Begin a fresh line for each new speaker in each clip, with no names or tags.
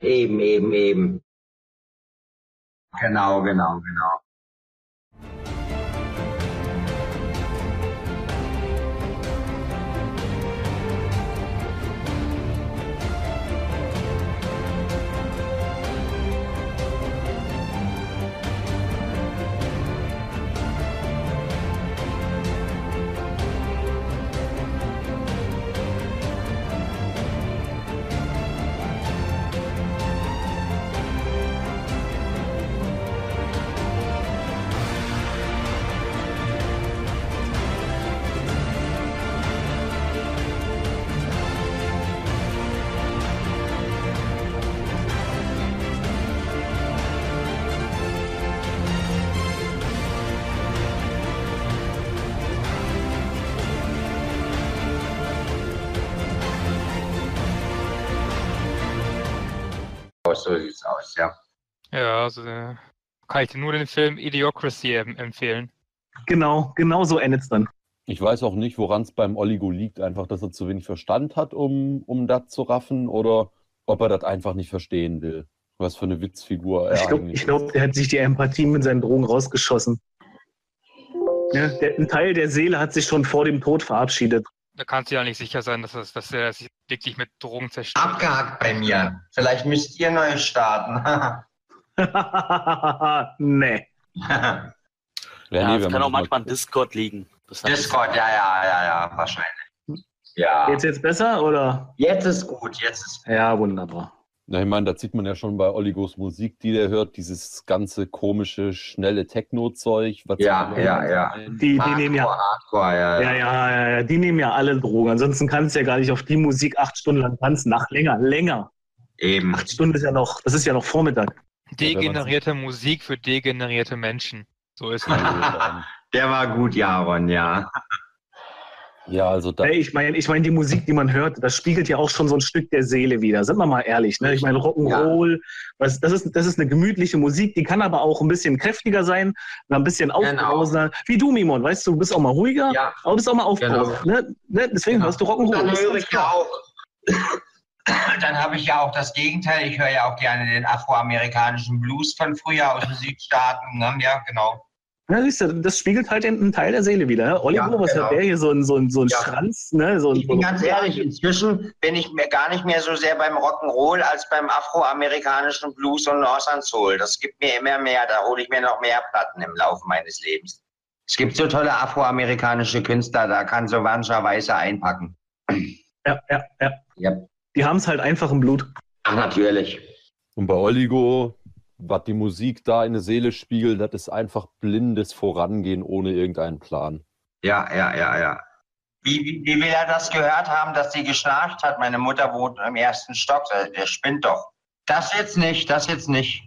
Eben, eben, eben. Genau, genau, genau. Oh, So sieht's aus, ja.
Ja, also äh, kann ich dir nur den Film Idiocracy em- empfehlen.
Genau, genau so endet es dann.
Ich weiß auch nicht, woran es beim Oligo liegt. Einfach, dass er zu wenig Verstand hat, um, um das zu raffen oder ob er das einfach nicht verstehen will. Was für eine Witzfigur er
ich glaube,
eigentlich
glaub, der hat sich die Empathie mit seinen Drogen rausgeschossen. Ne? Der, ein Teil der Seele hat sich schon vor dem Tod verabschiedet.
Da kannst du ja nicht sicher sein, dass, das, dass er sich wirklich mit Drogen zerstört.
Abgehakt bei mir. Vielleicht müsst ihr neu starten.
nee.
ist.
Ja,
nee,
das
wenn
kann auch
man nicht
manchmal an Discord liegen. Das heißt,
Discord, ja, ja, ja, ja, wahrscheinlich. Ja.
Geht's
Jetzt,
jetzt besser oder?
ist gut, jetzt ist
Ja, wunderbar.
Na, ich meine, das sieht man ja schon bei Oligos Musik, die der hört, dieses ganze komische, schnelle Techno-Zeug. was
Ja,
man
ja,
immer
ja.
so ein-
Die, die nehmen ja,
Hardcore, ja,
ja,
ja.
ja, ja, ja, die nehmen ja alle Drogen. Ansonsten kannst du ja gar nicht auf die Musik acht Stunden lang tanzen. Nach länger, länger.
Eben.
Acht Stunden ist ja noch, das ist ja noch Vormittag.
Degenerierte Musik für degenerierte Menschen. So ist es.
Also,
Der war gut, Jaron, ja.
Ah,
ähm, ja, also da,
Nee, ich meine, ich mein, die Musik, die man hört, das spiegelt ja auch schon so ein Stück der Seele wieder. Sind wir mal ehrlich. Ne? Ich meine, Rock'n'Roll, was, das, ist, das ist eine gemütliche Musik, die kann aber auch ein bisschen kräftiger sein, ein bisschen aufbrausender. Wie du, Mimon, weißt du, du bist auch mal ruhiger,
Genau. Ja,
aber bist auch mal
Genau.
aufbrausender. Ne? Ne? Deswegen
Genau.
hörst du Rock'n'Roll.
dann
das ist
höre
ganz
ich ja
klar.
auch. Dann habe ich ja auch das Gegenteil. Ich höre ja auch gerne den afroamerikanischen Blues von früher aus den Südstaaten. Ne? Ja, genau.
Ja, siehst du, das spiegelt halt einen Teil der Seele wieder. Ne? Oliver,
Ja,
was
genau.
hat der hier? So ein, so ein, so ein
Ja.
Schranz, ne? so ein,
Ich bin ganz ehrlich, inzwischen bin ich mir gar nicht mehr so sehr beim Rock'n'Roll als beim afroamerikanischen Blues und Northern Soul. Das gibt mir immer mehr, da hole ich mir noch mehr Platten im Laufe meines Lebens. Es gibt so tolle afroamerikanische Künstler, da kann so mancher Weiße einpacken.
ja, ja, ja.
Ja.
Die haben es halt einfach im Blut.
Ach, natürlich.
und bei Oligo, was die Musik da in der Seele spiegelt, das ist einfach blindes Vorangehen ohne irgendeinen Plan.
Ja, ja, ja, ja. Wie, wie, wie will er das gehört haben, dass sie geschnarcht hat? Meine Mutter wohnt im ersten Stock. Äh, Der spinnt doch. Das jetzt nicht, das jetzt nicht.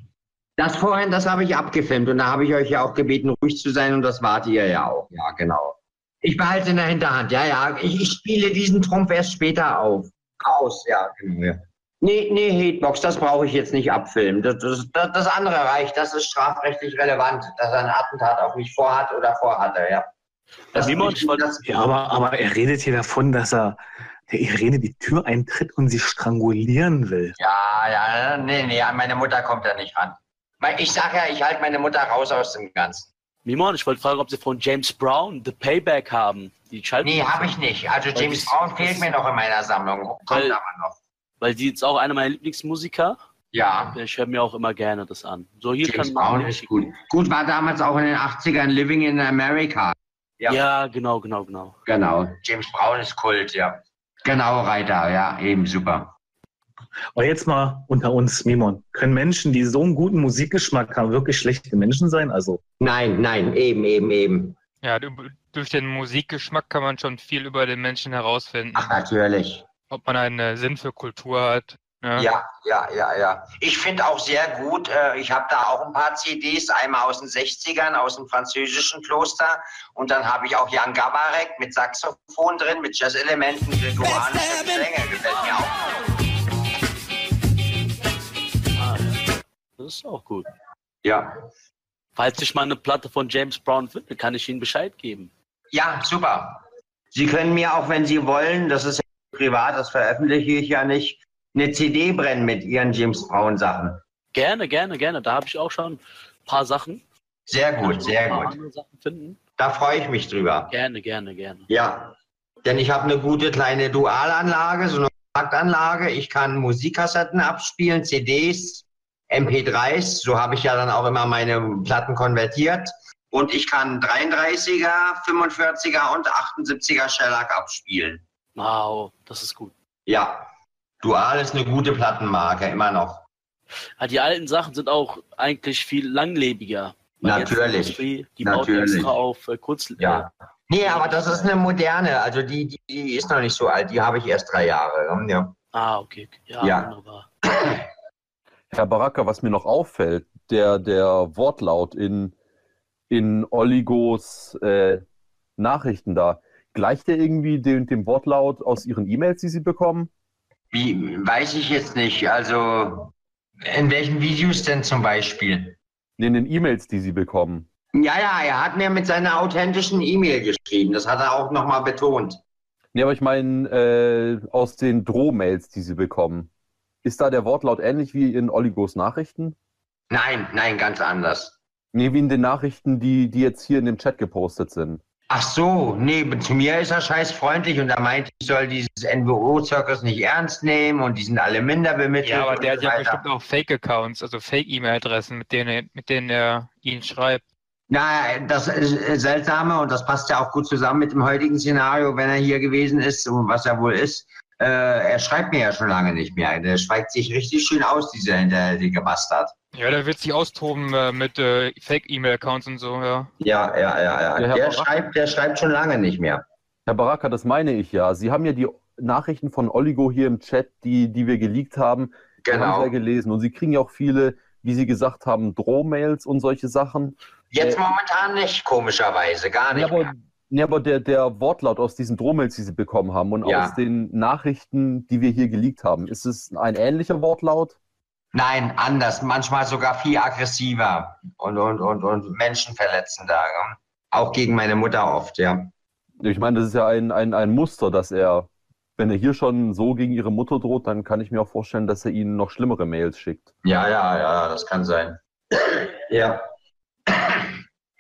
Das vorhin, das habe ich abgefilmt und da habe ich euch ja auch gebeten, ruhig zu sein und das wart ihr ja auch. Ja, genau. Ich behalte in der Hinterhand. Ja, ja, ich, ich spiele diesen Trumpf erst später auf. Aus, ja, genau. Ja. Nee, nee, Hatebox, das brauche ich jetzt nicht abfilmen. Das, das, das, das andere reicht, das ist strafrechtlich relevant, dass er ein Attentat auf mich vorhat oder vorhatte, ja.
Ja, Simon, ich wollte-
das,
Ja, aber, aber er redet hier davon, dass er der Irene die Tür eintritt und sie strangulieren will.
Ja, ja, nee, nee, an meine Mutter kommt er nicht ran. Weil Ich sag ja, ich halte meine Mutter raus aus dem Ganzen.
Mimon, ich wollte fragen, ob Sie von James Brown The Payback haben. Die Schallplatte.
Nee, habe ich nicht. Also
Weil
James
das-
Brown
das-
fehlt mir noch in meiner Sammlung. Kommt
Weil-
aber noch.
Weil die ist auch einer meiner Lieblingsmusiker.
Ja.
Ich höre mir auch immer gerne das an. So, hier
James
kann man
Brown
mir
ist gut.
schicken.
Gut, war damals auch in den 80ern Living in America. Ja.
Ja. genau, genau, genau.
Genau. James Brown ist Kult, ja. Genau, Reiter, ja, eben super.
Aber jetzt mal unter uns, Mimon. Können Menschen, die so einen guten Musikgeschmack haben, wirklich schlechte Menschen sein? Also,
Nein, nein, eben, eben, eben.
Ja, du- durch den Musikgeschmack kann man schon viel über den Menschen herausfinden.
Ach, natürlich.
Ob man einen äh, Sinn für Kultur hat. ne? Ja.
Ja, ja, ja, ja. Ich finde auch sehr gut, äh, ich habe da auch ein paar CDs, einmal aus den 60ern, aus dem französischen Kloster und dann habe ich auch Jan Gabarek mit Saxophon drin, mit Jazz-Elementen, gregorianische Klänge, gefällt mir auch.
Ah, ja. Das ist auch gut.
Ja.
Falls ich mal eine Platte von James Brown finde, kann ich Ihnen Bescheid geben.
Ja, super. Sie können mir auch, wenn Sie wollen, das ist ja privat, das veröffentliche ich ja nicht, eine CD brennen mit ihren James Brown Sachen.
Gerne, gerne, gerne. Da habe ich auch schon ein paar Sachen.
Sehr
Kann ich
gut,
noch
sehr
ein paar
gut.
andere Sachen finden.
Da freue ich mich drüber.
Gerne, gerne, gerne.
Ja, denn ich habe eine gute kleine Dualanlage, so eine Marktanlage. Ich kann Musikkassetten abspielen, CDs, MP3s. So habe ich ja dann auch immer meine Platten konvertiert. Und ich kann 33er, 45er und 78er Shellac abspielen.
Wow, das ist gut.
Ja, Dual ist eine gute Plattenmarke, immer noch.
Ah, Die alten Sachen sind auch eigentlich viel langlebiger. Weil jetzt die
Natürlich,
Industrie, die baut
natürlich.
extra auf äh, kurz.
Ja. Nee, aber das ist eine moderne. Also die, die, die ist noch nicht so alt. Die habe ich erst drei Jahre. ne? Ja.
Ah, okay. okay. Ja,
Ja.
wunderbar.
Herr Baraka, was mir noch auffällt, der, der Wortlaut in, in Oligos äh, Nachrichten da, gleicht der irgendwie dem, dem Wortlaut aus Ihren E-Mails, die Sie bekommen?
Wie, weiß ich jetzt nicht. Also in welchen Videos denn zum Beispiel?
Nee, in den E-Mails, die Sie bekommen.
Ja, ja, er hat mir mit seiner authentischen E-Mail geschrieben. Das hat er auch nochmal betont.
Nee, aber ich meine äh, aus den Drohmails, die Sie bekommen. Ist da der Wortlaut ähnlich wie in Oligos Nachrichten?
Nein, nein, ganz anders.
Nee, wie in den Nachrichten, die, die jetzt hier in dem Chat gepostet sind.
Ach so, nee, zu mir ist er scheiß freundlich und er meint, ich soll dieses NWO-Zirkus nicht ernst nehmen und die sind alle minder bemittelt.
Ja, aber der
und
hat
so
ja
weiter.
bestimmt auch Fake-Accounts, also Fake-E-Mail-Adressen, mit denen, er- mit denen er ihn schreibt.
Na, das äh, Seltsame, und das passt ja auch gut zusammen mit dem heutigen Szenario, wenn er hier gewesen ist, und was er wohl ist, äh, er schreibt mir ja schon lange nicht mehr. Der schweigt sich richtig schön aus, dieser hinterhältige Bastard.
Ja, der wird sich austoben äh, mit äh, Fake-E-Mail-Accounts und so, ja.
Ja, ja, ja,
Ja,
ja.
Herr
Der
Baraka.
schreibt, der schreibt schon lange nicht mehr.
Herr Baraka, das meine ich ja. Sie haben ja die Nachrichten von Oligo hier im Chat, die, die wir geleakt haben, die haben Sie
Genau.
ja gelesen. Und Sie kriegen ja auch viele, wie Sie gesagt haben, Drohmails und solche Sachen.
Jetzt momentan nicht, komischerweise, gar
Ja,
nicht.
aber, ja, aber der, der Wortlaut aus diesen Drohmails, die Sie bekommen haben und
Ja.
aus den Nachrichten, die wir hier geleakt haben, ist es ein ähnlicher Wortlaut?
Nein, anders, manchmal sogar viel aggressiver und, und, und, und menschenverletzender. ja. ne? Auch gegen meine Mutter oft, ja.
Ich meine, das ist ja ein, ein, ein Muster, dass er, wenn er hier schon so gegen Ihre Mutter droht, dann kann ich mir auch vorstellen, dass er Ihnen noch schlimmere Mails schickt.
Ja, ja, ja, das kann sein. Ja.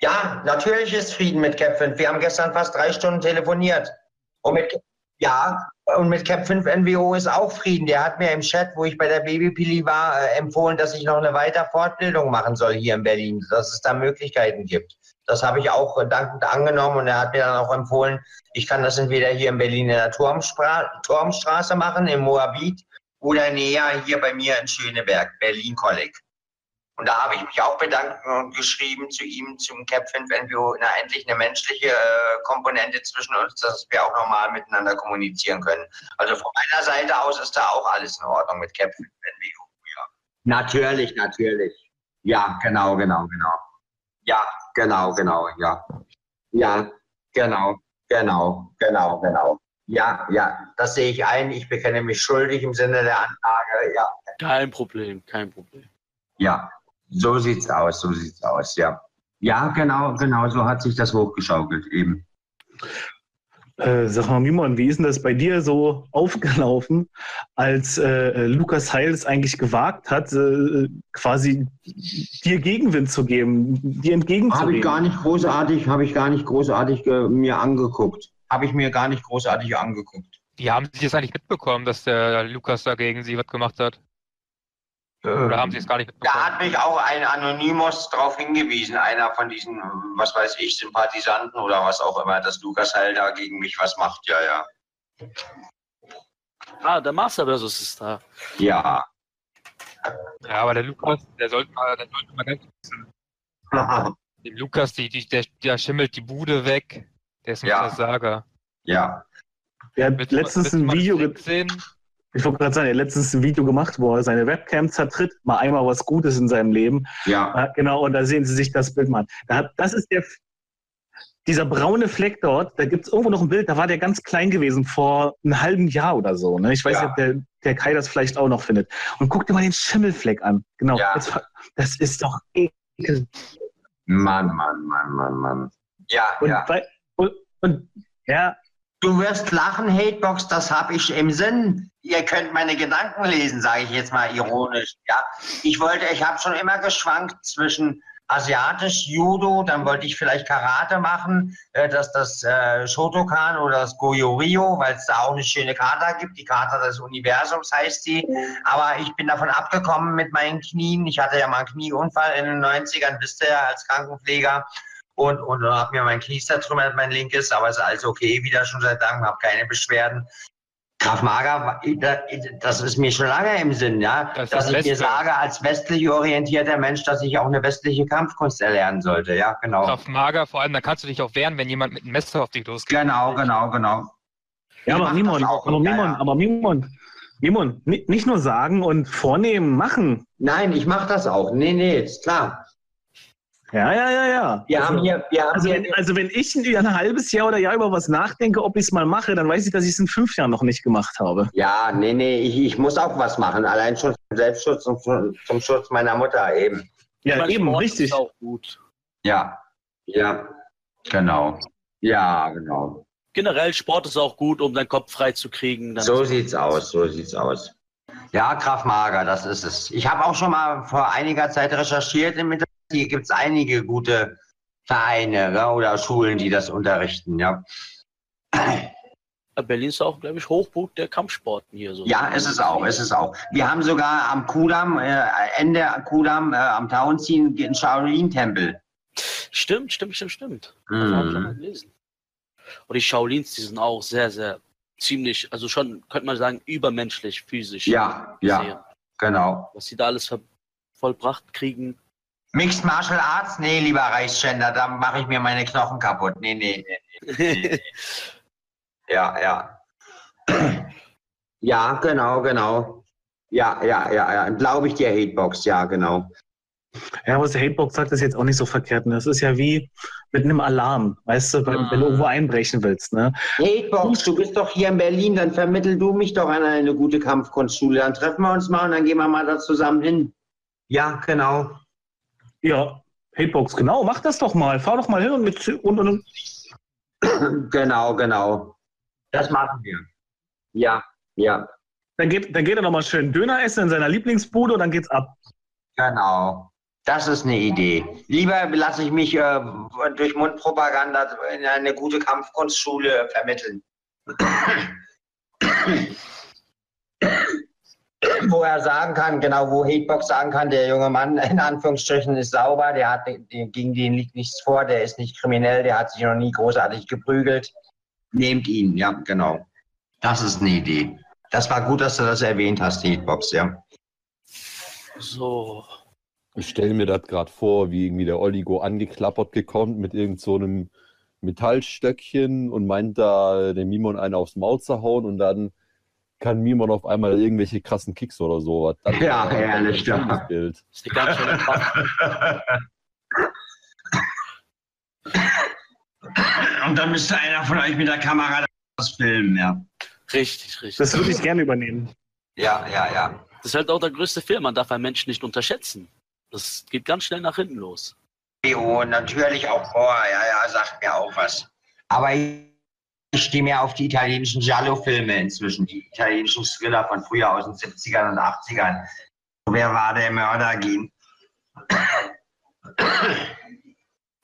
Ja, natürlich ist Frieden mit Cap 5. Wir haben gestern fast drei Stunden telefoniert. Und mit, ja, und mit Cap 5 NWO ist auch Frieden. Der hat mir im Chat, wo ich bei der Babypilli war, äh, empfohlen, dass ich noch eine weitere Fortbildung machen soll hier in Berlin, dass es da Möglichkeiten gibt. Das habe ich auch äh, dankend angenommen und er hat mir dann auch empfohlen, ich kann das entweder hier in Berlin in der Turmstra Turmstraße machen, im Moabit, oder näher hier bei mir in Schöneberg, Berlin-Kolleg. Und da habe ich mich auch bedankt und geschrieben zu ihm, zum Cap 5 NPO, na, endlich eine menschliche äh, Komponente zwischen uns, dass wir auch normal miteinander kommunizieren können. Also von meiner Seite aus ist da auch alles in Ordnung mit Cap 5 NPO. Ja. Natürlich, natürlich. Ja, genau, genau, genau. Ja, genau, genau, ja. Ja, genau, genau, genau, genau. Ja, ja, das sehe ich ein. Ich bekenne mich schuldig im Sinne der Anlage. Ja,
Kein Problem, kein Problem.
ja. So sieht's aus, so sieht's aus, ja. Ja, genau, genau, so hat sich das hochgeschaukelt eben.
Äh, sag mal, Mimon, wie ist denn das bei dir so aufgelaufen, als äh, Lukas Heil es eigentlich gewagt hat, äh, quasi dir Gegenwind zu geben, dir
Habe ich
entgegenzugehen?
gar nicht großartig, habe ich gar nicht großartig äh, mir angeguckt. Habe ich mir gar nicht großartig angeguckt.
Wie haben Sie das eigentlich mitbekommen, dass der Lukas da gegen Sie was gemacht hat? Oder haben Sie
Ähm,
es gar nicht
Da
mitbekommen?
hat mich auch ein Anonymous darauf hingewiesen, einer von diesen, was weiß ich, Sympathisanten oder was auch immer, dass Lukas Heil da gegen mich was macht, ja, ja.
Ah, der Master versus ist da.
Ja.
Ja, aber der Lukas, der sollte mal, der sollte mal ganz Der Lukas, die, die, der, der schimmelt die Bude weg. Der ist ein
Ja.
Versager.
ja.
Er hat
Willst du mal-
letztens
willst du
ein
mal das
Video,
Link
ge
sehen?
ich wollte gerade sagen, er hat letztens ein Video gemacht, wo er seine Webcam zertritt, mal einmal was Gutes in seinem Leben.
Ja,
Ah, genau, und da sehen Sie sich das Bild mal. an. Da hat, das ist der, dieser braune Fleck dort, da gibt es irgendwo noch ein Bild, da war der ganz klein gewesen, vor einem halben Jahr oder so. Ne? Ich weiß
Ja.
nicht, ob der, der Kai das vielleicht auch noch findet. Und guck dir mal den Schimmelfleck an. Genau,
Ja.
das, das ist doch ekel.
Mann, Mann, Mann, Mann, Mann. Ja,
Und,
ja.
wei- und, und ja,
Du wirst lachen, Hatebox, das habe ich im Sinn. Ihr könnt meine Gedanken lesen, sage ich jetzt mal ironisch. Ja, ich wollte, ich habe schon immer geschwankt zwischen asiatisch Judo, dann wollte ich vielleicht Karate machen, äh, dass das äh, Shotokan oder das Goryeo, weil es da auch eine schöne Kata gibt, die Kata des Universums heißt die. Aber ich bin davon abgekommen mit meinen Knien. Ich hatte ja mal einen Knieunfall in den 90ern, wisst ihr, ja, als Krankenpfleger und, und dann hat mir mein Knie zertrümmert, mein linkes, aber ist alles okay wieder schon seit langem, habe keine Beschwerden. Krav Maga, äh, das ist mir schon lange im Sinn, ja,
Das ist
dass ich mir
westlich.
sage, als westlich orientierter Mensch, dass ich auch eine westliche Kampfkunst erlernen sollte, ja, genau.
Kraft mager, vor allem, dann kannst du dich auch wehren, wenn jemand mit einem Messer auf dich losgeht.
Genau, genau, genau.
Ja, aber
Macht das
Mimon,
auch.
aber
Ja,
Mimon,
ja.
aber Mimon, Mimon, ni- nicht nur sagen und vornehmen, machen.
Nein, ich mache das auch. Nee, nee, ist klar.
Ja, ja, ja, ja.
Wir
also,
haben hier, wir haben
also,
hier
wenn, also wenn ich ein, ein halbes Jahr oder Jahr über was nachdenke, ob ich es mal mache, dann weiß ich, dass ich es in fünf Jahren noch nicht gemacht habe.
Ja, nee, nee, ich, ich muss auch was machen. Allein schon zum Selbstschutz und zum, zum Schutz meiner Mutter eben.
Ja,
Beim
eben,
Sport
richtig.
Ist auch gut.
Ja. Ja. Genau. Ja, genau.
Generell Sport ist auch gut, um deinen Kopf frei zu kriegen. Dann
So sieht's aus, so sieht's aus. Ja, Kraftmager, das ist es. Ich habe auch schon mal vor einiger Zeit recherchiert im Internet. Hier gibt's einige gute Vereine ja, oder Schulen, die das unterrichten, ja.
Berlin ist auch, glaube ich, Hochburg der Kampfsporten hier. So.
Ja, ist es auch, ist es auch. Wir haben sogar am Kudamm, äh, Ende Kudamm, äh, am Townziehen, einen Shaolin-Tempel.
Stimmt, stimmt, stimmt, stimmt. Das hab ich schon mal
Mhm.
gelesen. Und die Shaolins, die sind auch sehr, sehr ziemlich, also schon, könnte man sagen, übermenschlich, physisch.
Ja, ja,
gesehen.
genau.
Was sie da alles ver- vollbracht kriegen.
Mixed Martial Arts? Nee, lieber Reichsschänder, da mache ich mir meine Knochen kaputt. Nee, nee, nee.
Mhm.
Ja, ja. Ja, genau, genau. Ja, ja, ja, ja. Glaube ich dir, Hatebox, ja, genau.
Ja, was der Hatebox sagt, ist jetzt auch nicht so verkehrt. Ne? Das ist ja wie mit einem Alarm, weißt du, wenn,
Ah.
wenn du irgendwo einbrechen willst. Ne?
Hatebox, du bist doch hier in Berlin, dann vermittel du mich doch an eine gute Kampfkunstschule. Dann treffen wir uns mal und dann gehen wir mal da zusammen hin. Ja, genau.
Ja, Hatebox, genau, mach das doch mal. Fahr doch mal hin und mit und, und, und.
Genau, genau. Das machen wir. Ja, ja,
Dann geht, dann geht er doch mal schön Döner essen in seiner Lieblingsbude und dann geht's ab.
genau. Das ist eine Idee. Lieber lasse ich mich äh, durch Mundpropaganda in eine gute Kampfkunstschule vermitteln. wo er sagen kann, genau, wo Hatebox sagen kann, der junge Mann in Anführungsstrichen ist sauber, der hat, der, gegen den liegt nichts vor, der ist nicht kriminell, der hat sich noch nie großartig geprügelt. Nehmt ihn, ja, genau. Das ist eine Idee. Das war gut, dass du das erwähnt hast, Hatebox, ja.
So.
Ich stelle mir das gerade vor, wie irgendwie der Oligo angeklappert gekommen mit irgend so einem Metallstöckchen und meint da dem Mimon einen aufs Maul zu hauen und dann kann Mimon auf einmal irgendwelche krassen Kicks oder sowas. Dann-
Ja,
dann-
herrlich,
dann-
ja.
das Bild.
Ist eine ganz schöne Kraft.
Und dann müsste einer von euch mit der Kamera das filmen, ja.
Richtig, richtig.
Das würde ich gerne übernehmen.
Ja, ja, ja.
Das ist halt auch der größte Fehler. Man darf einen Menschen nicht unterschätzen. Das geht ganz schnell nach hinten los.
BO, natürlich auch vorher, ja, ja, sagt mir auch was. Aber ich ich stehe mehr auf die italienischen Giallo-Filme inzwischen, die italienischen Thriller von früher aus den 70ern und 80ern. Wer war der Mörder? Ging.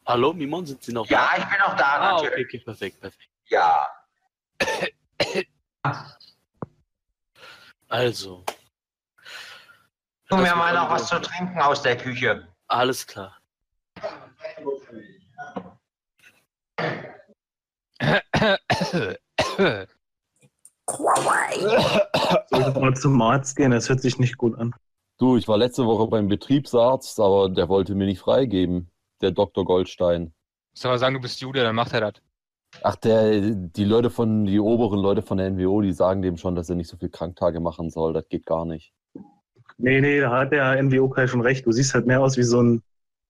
Hallo, Mimon, sind Sie noch
Ja,
da?
ich bin auch da,
Ah,
natürlich.
okay, okay, perfekt, perfekt.
Ja.
Also.
Tu
Das
mir
wird
mal noch
Oliver-
was zu trinken aus der Küche.
Alles klar.
Sollte mal zum Arzt gehen, das hört sich nicht gut an.
Du, ich war letzte Woche beim Betriebsarzt, aber der wollte mir nicht freigeben, der Dr. Goldstein.
Soll aber sagen, du bist Jude, dann macht er das.
Ach, der, die Leute von, die oberen Leute von der NWO, die sagen dem schon, dass er nicht so viel Kranktage machen soll. Das geht gar nicht.
Nee, nee, da hat der NWO Kai schon recht. Du siehst halt mehr aus wie so ein,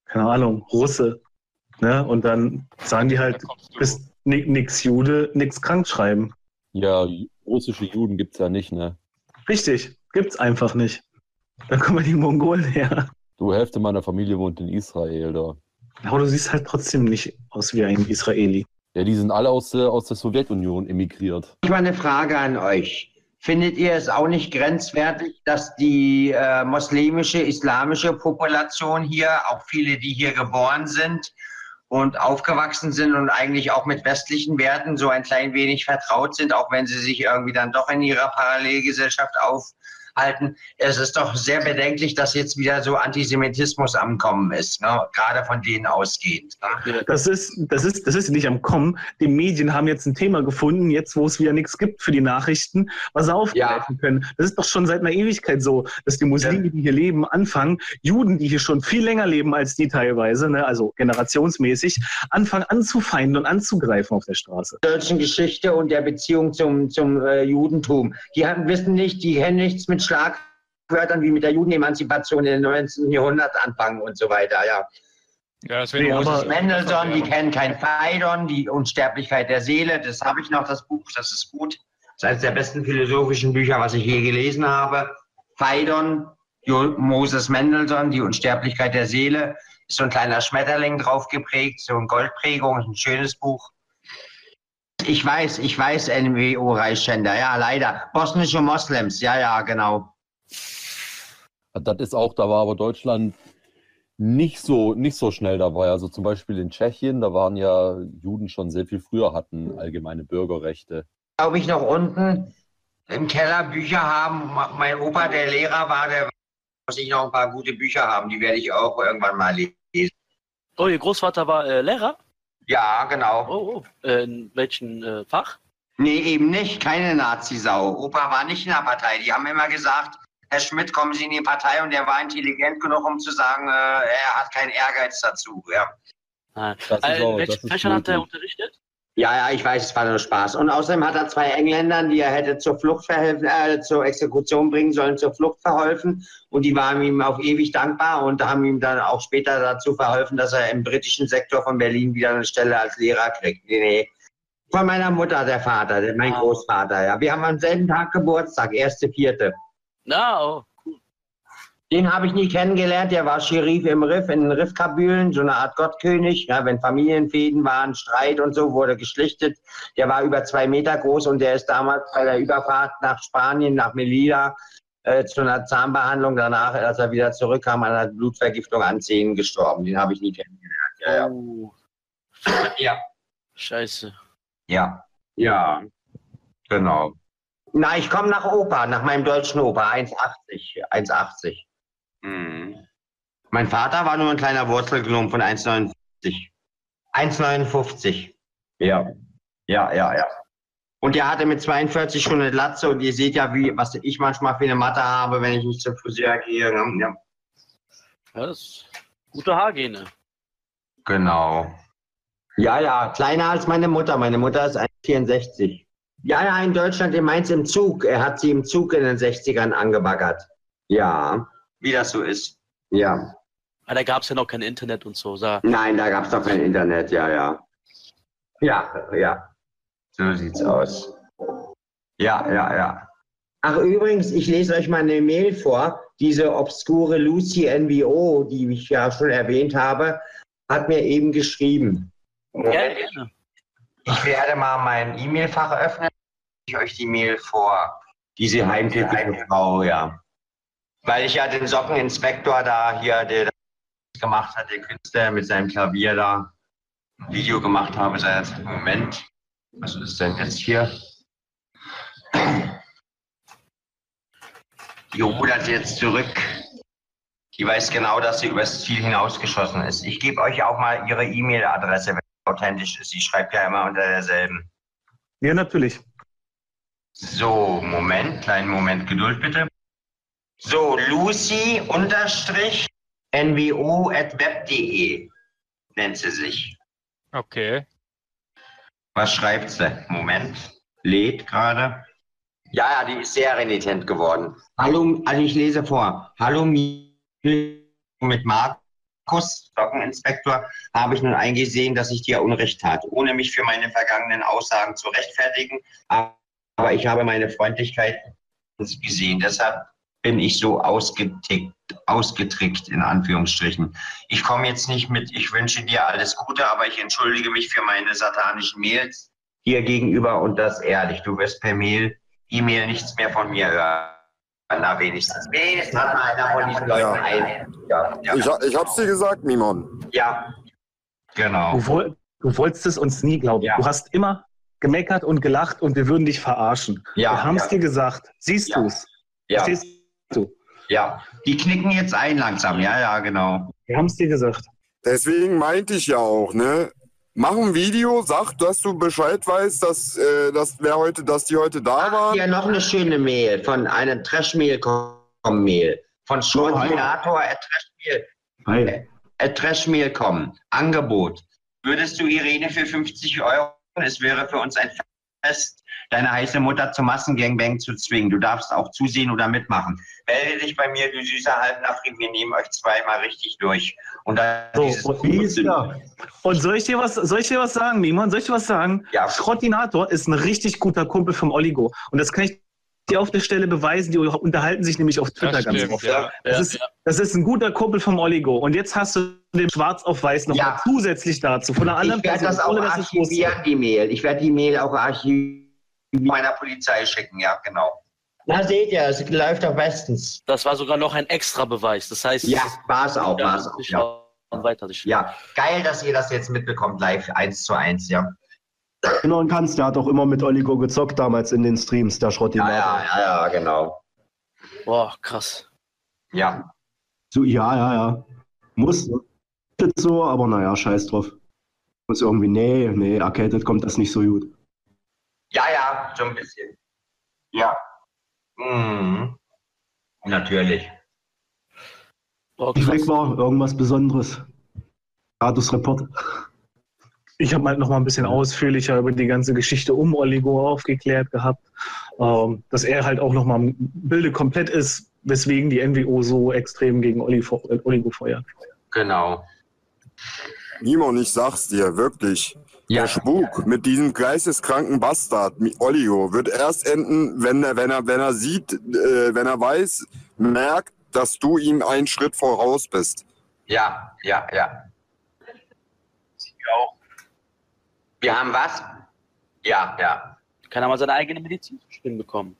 keine Ahnung, Russe. Ne? Und dann sagen die halt,
Dann kommst du.
bist ni- nix Jude, nix krank schreiben.
Ja, russische Juden gibt's ja nicht, ne?
Richtig, gibt's einfach nicht. Da kommen die Mongolen her.
Du, Hälfte meiner Familie wohnt in Israel da.
Aber du siehst halt trotzdem nicht aus wie ein Israeli.
Ja, die sind alle aus, äh, aus der Sowjetunion emigriert.
Ich mal eine Frage an euch. Findet ihr es auch nicht grenzwertig, dass die äh, muslimische, islamische Population hier, auch viele, die hier geboren sind und aufgewachsen sind und eigentlich auch mit westlichen Werten so ein klein wenig vertraut sind, auch wenn sie sich irgendwie dann doch in ihrer Parallelgesellschaft aufhalten? Es ist doch sehr bedenklich, dass jetzt wieder so Antisemitismus am Kommen ist, ne? gerade von denen ausgeht. Ne?
Das ist, das, ist, das ist nicht am Kommen. Die Medien haben jetzt ein Thema gefunden, jetzt wo es wieder nichts gibt für die Nachrichten, was sie aufgreifen können. Das ist doch schon seit einer Ewigkeit so, dass die Muslime, die hier leben, anfangen, Juden, die hier schon viel länger leben als die teilweise, ne? also generationsmäßig, anfangen anzufeinden und anzugreifen auf der Straße.
Der deutschen Geschichte und der Beziehung zum, zum äh, Judentum. Die haben, wissen nicht, die kennen nichts mit Schlag. Wörtern wie mit der Judenemanzipation in den 19. Jahrhundert anfangen und so weiter, ja.
Ja, das
Die
wäre
Moses Mendelssohn, die kennen kein Phaidon, die Unsterblichkeit der Seele, das habe ich noch, das Buch, das ist gut. Das ist eines der besten philosophischen Bücher, was ich je gelesen habe. Phaidon, Jo- Moses Mendelssohn, die Unsterblichkeit der Seele, ist so ein kleiner Schmetterling drauf geprägt, so ein Goldprägung, ist ein schönes Buch. Ich weiß, ich weiß, NWO-Reichsschänder, ja, leider. Bosnische Moslems, ja, ja, genau.
Das ist auch, da war aber Deutschland nicht so, nicht so schnell dabei. Also zum Beispiel in Tschechien, da waren ja Juden schon sehr viel früher, hatten allgemeine Bürgerrechte.
glaube ich, noch unten im Keller Bücher haben. Ma- Mein Opa, der Lehrer war, der muss ich noch ein paar gute Bücher haben. Die werde ich auch irgendwann mal lesen.
Oh, ihr Großvater war äh, Lehrer?
Ja, genau.
Oh, oh. Äh, in welchem äh, Fach?
Nee, eben nicht. Keine Nazi-Sau. Opa war nicht in der Partei. Die haben immer gesagt, Herr Schmidt, kommen Sie in die Partei. Und er war intelligent genug, um zu sagen, äh, er hat keinen Ehrgeiz dazu. Ja.
Nein.
Das ist
Äh, in
auch- das
welchen
ist
Fächern hat er
möglich.
unterrichtet?
Ja, ja, ich weiß, es war nur Spaß. Und außerdem hat er zwei Engländern, die er hätte zur Flucht verhelfen, äh, zur Exekution bringen sollen, zur Flucht verholfen. Und die waren ihm auf ewig dankbar und haben ihm dann auch später dazu verholfen, dass er im britischen Sektor von Berlin wieder eine Stelle als Lehrer kriegt. Nee, nee. Von meiner Mutter, der Vater, der, mein
Ah.
Großvater, ja. Wir haben am selben Tag Geburtstag, erste, vierte.
Na, oh.
Den habe ich nie kennengelernt, der war Sheriff im Riff, in den Riffkabülen, so eine Art Gottkönig. Ja, wenn Familienfäden waren, Streit und so, wurde geschlichtet. Der war über zwei Meter groß und der ist damals bei der Überfahrt nach Spanien, nach Melilla, äh, zu einer Zahnbehandlung danach, als er wieder zurückkam, an einer Blutvergiftung an Zähnen gestorben. Den habe ich nie kennengelernt. Ja, ja.
Oh, scheiße.
Ja. Ja. Genau. Na, ich komme nach Opa, nach meinem deutschen Opa, 1,80. 1,80. Mhm. Mein Vater war nur ein kleiner Wurzelgnom von 1,59. 1,59. Ja. Ja, ja, ja. Und der hatte mit 42 schon eine Latze und ihr seht ja, wie, was ich manchmal für eine Matte habe, wenn ich nicht zum Friseur gehe. ne? Ja.
Ja, das ist gute Haargene.
Genau. Ja, ja, kleiner als meine Mutter. Meine Mutter ist 1,64. Ja, ja, in Deutschland, in Mainz im Zug. Er hat sie im Zug in den 60ern angebaggert. Ja. Wie das so ist. Ja.
Aber Ah, da gab es ja noch kein Internet und so. Da,
Nein, da gab es doch kein Internet, ja, ja. Ja, ja. So sieht's aus. Ja, ja, ja. Ach, übrigens, ich lese euch mal eine Mail vor. Diese obskure Lucy NBO, die ich ja schon erwähnt habe, hat mir eben geschrieben.
ja, gerne.
Ich werde mal mein E-Mail-Fach öffnen. Ich euch die Mail vor. Diese heimtückische Frau, ja. Weil ich ja den Sockeninspektor da hier, der das gemacht hat, der Künstler mit seinem Klavier da ein Video gemacht habe seinerzeit. Moment, was ist denn jetzt hier? Die rudert jetzt zurück. Die weiß genau, dass sie übers Ziel hinausgeschossen ist. Ich gebe euch auch mal ihre E-Mail-Adresse, authentisch ist. Sie schreibt ja immer unter derselben.
Ja, natürlich.
So, Moment, kleinen Moment Geduld bitte. So, Lucy unterstrich nwo.web.de nennt sie sich.
Okay.
Was schreibt sie? Moment, lädt gerade. Ja, ja, die ist sehr renitent geworden. Hallo, also ich lese vor. Hallo, Miel. mit Markus, Sockeninspektor, habe ich nun eingesehen, dass ich dir Unrecht tat, ohne mich für meine vergangenen Aussagen zu rechtfertigen. Aber ich habe meine Freundlichkeit gesehen. Deshalb bin ich so ausgetickt, ausgetrickt, in Anführungsstrichen. Ich komme jetzt nicht mit, ich wünsche dir alles Gute, aber ich entschuldige mich für meine satanischen Mails dir gegenüber und das ehrlich. Du wirst per Mail, E-Mail nichts mehr von mir hören. Na, wenigstens. Wenigstens hat mal einer von diesen Leuten
Ja.
ein. Ja, ja,
Ich, ha- ich hab's dir gesagt, Mimon.
ja. Genau.
Du, woll, du wolltest es uns nie glauben.
Ja.
Du hast immer gemeckert und gelacht und wir würden dich verarschen.
Ja,
wir haben es
ja.
dir gesagt. Siehst
Ja.
du es?
Ja,
Siehst du?
ja. Die knicken jetzt ein langsam. Ja, ja, genau.
Wir haben es dir gesagt.
Deswegen meinte ich ja auch, ne? Mach ein Video, sag, dass du Bescheid weißt, dass, äh, dass, wer heute, dass die heute da waren.
Hier noch eine schöne Mail von einem Trash-Mail-Com-Mail. Von Koordinator at Trash-Mail.
Oh, Hi.
at Trashmehl kommen. Angebot. Würdest du Irene für 50 Euro? Es wäre für uns ein Fest, deine heiße Mutter zum Massengangbang zu zwingen. Du darfst auch zusehen oder mitmachen. Melde dich bei mir, du süßer Halbnachricht. Wir nehmen euch zweimal richtig durch. Und dann
So,
dieses
und wie ist da? Und soll ich dir was, soll ich dir was sagen, Mimon? Soll ich dir was sagen?
Ja.
Schrottinator ist ein richtig guter Kumpel vom Oligo. Und das kann ich dir auf der Stelle beweisen. Die unterhalten sich nämlich auf Twitter
Das
ganz
stimmt,
oft.
ja.
Das, ist, das ist ein guter Kumpel vom Oligo. Und jetzt hast du den schwarz auf weiß noch
Ja.
mal zusätzlich dazu. Von einer anderen
ich werde das auch
ohne dass es wusste.
archivieren, die Mail. Ich werde die Mail auch archivieren meiner Polizei schicken, ja, genau. Na, seht ihr, es läuft doch bestens.
Das war sogar noch ein extra Beweis. Das heißt,
Ja, war es auch, war
ja,
es auch.
ich
Ja.
schau weiter. Ich
Ja, geil, dass ihr das jetzt mitbekommt, live eins zu eins, ja.
Genau, und Kanz, der hat auch immer mit Oligo gezockt damals in den Streams, der
Ja,
Schrottinator.
Ah, ja, ja, ja, genau.
Boah, krass.
Ja,
So, ja, ja, ja. Muss. Ist so, aber naja, scheiß drauf. Muss irgendwie, nee, nee, Arcaded kommt das nicht so gut.
ja, ja, so ein bisschen. Ja. Mhm. Natürlich.
Boah,
Ich
krass.
weg war, irgendwas Besonderes. Status Report.
Ich habe halt noch mal ein bisschen ausführlicher über die ganze Geschichte um Oligo aufgeklärt gehabt, ähm, dass er halt auch noch mal im Bilde komplett ist, weswegen die NWO so extrem gegen Oli- Oligo feuert.
Genau.
Mimon, ich sag's dir, wirklich.
Ja,
Der Spuk mit diesem geisteskranken Bastard, Mi- Olio, wird erst enden, wenn er, wenn er, wenn er sieht, äh, wenn er weiß, merkt, dass du ihm einen Schritt voraus bist.
ja, ja, ja.
auch.
Wir haben was? Ja, ja.
Kann er mal seine eigene Medizin zu spielen bekommen?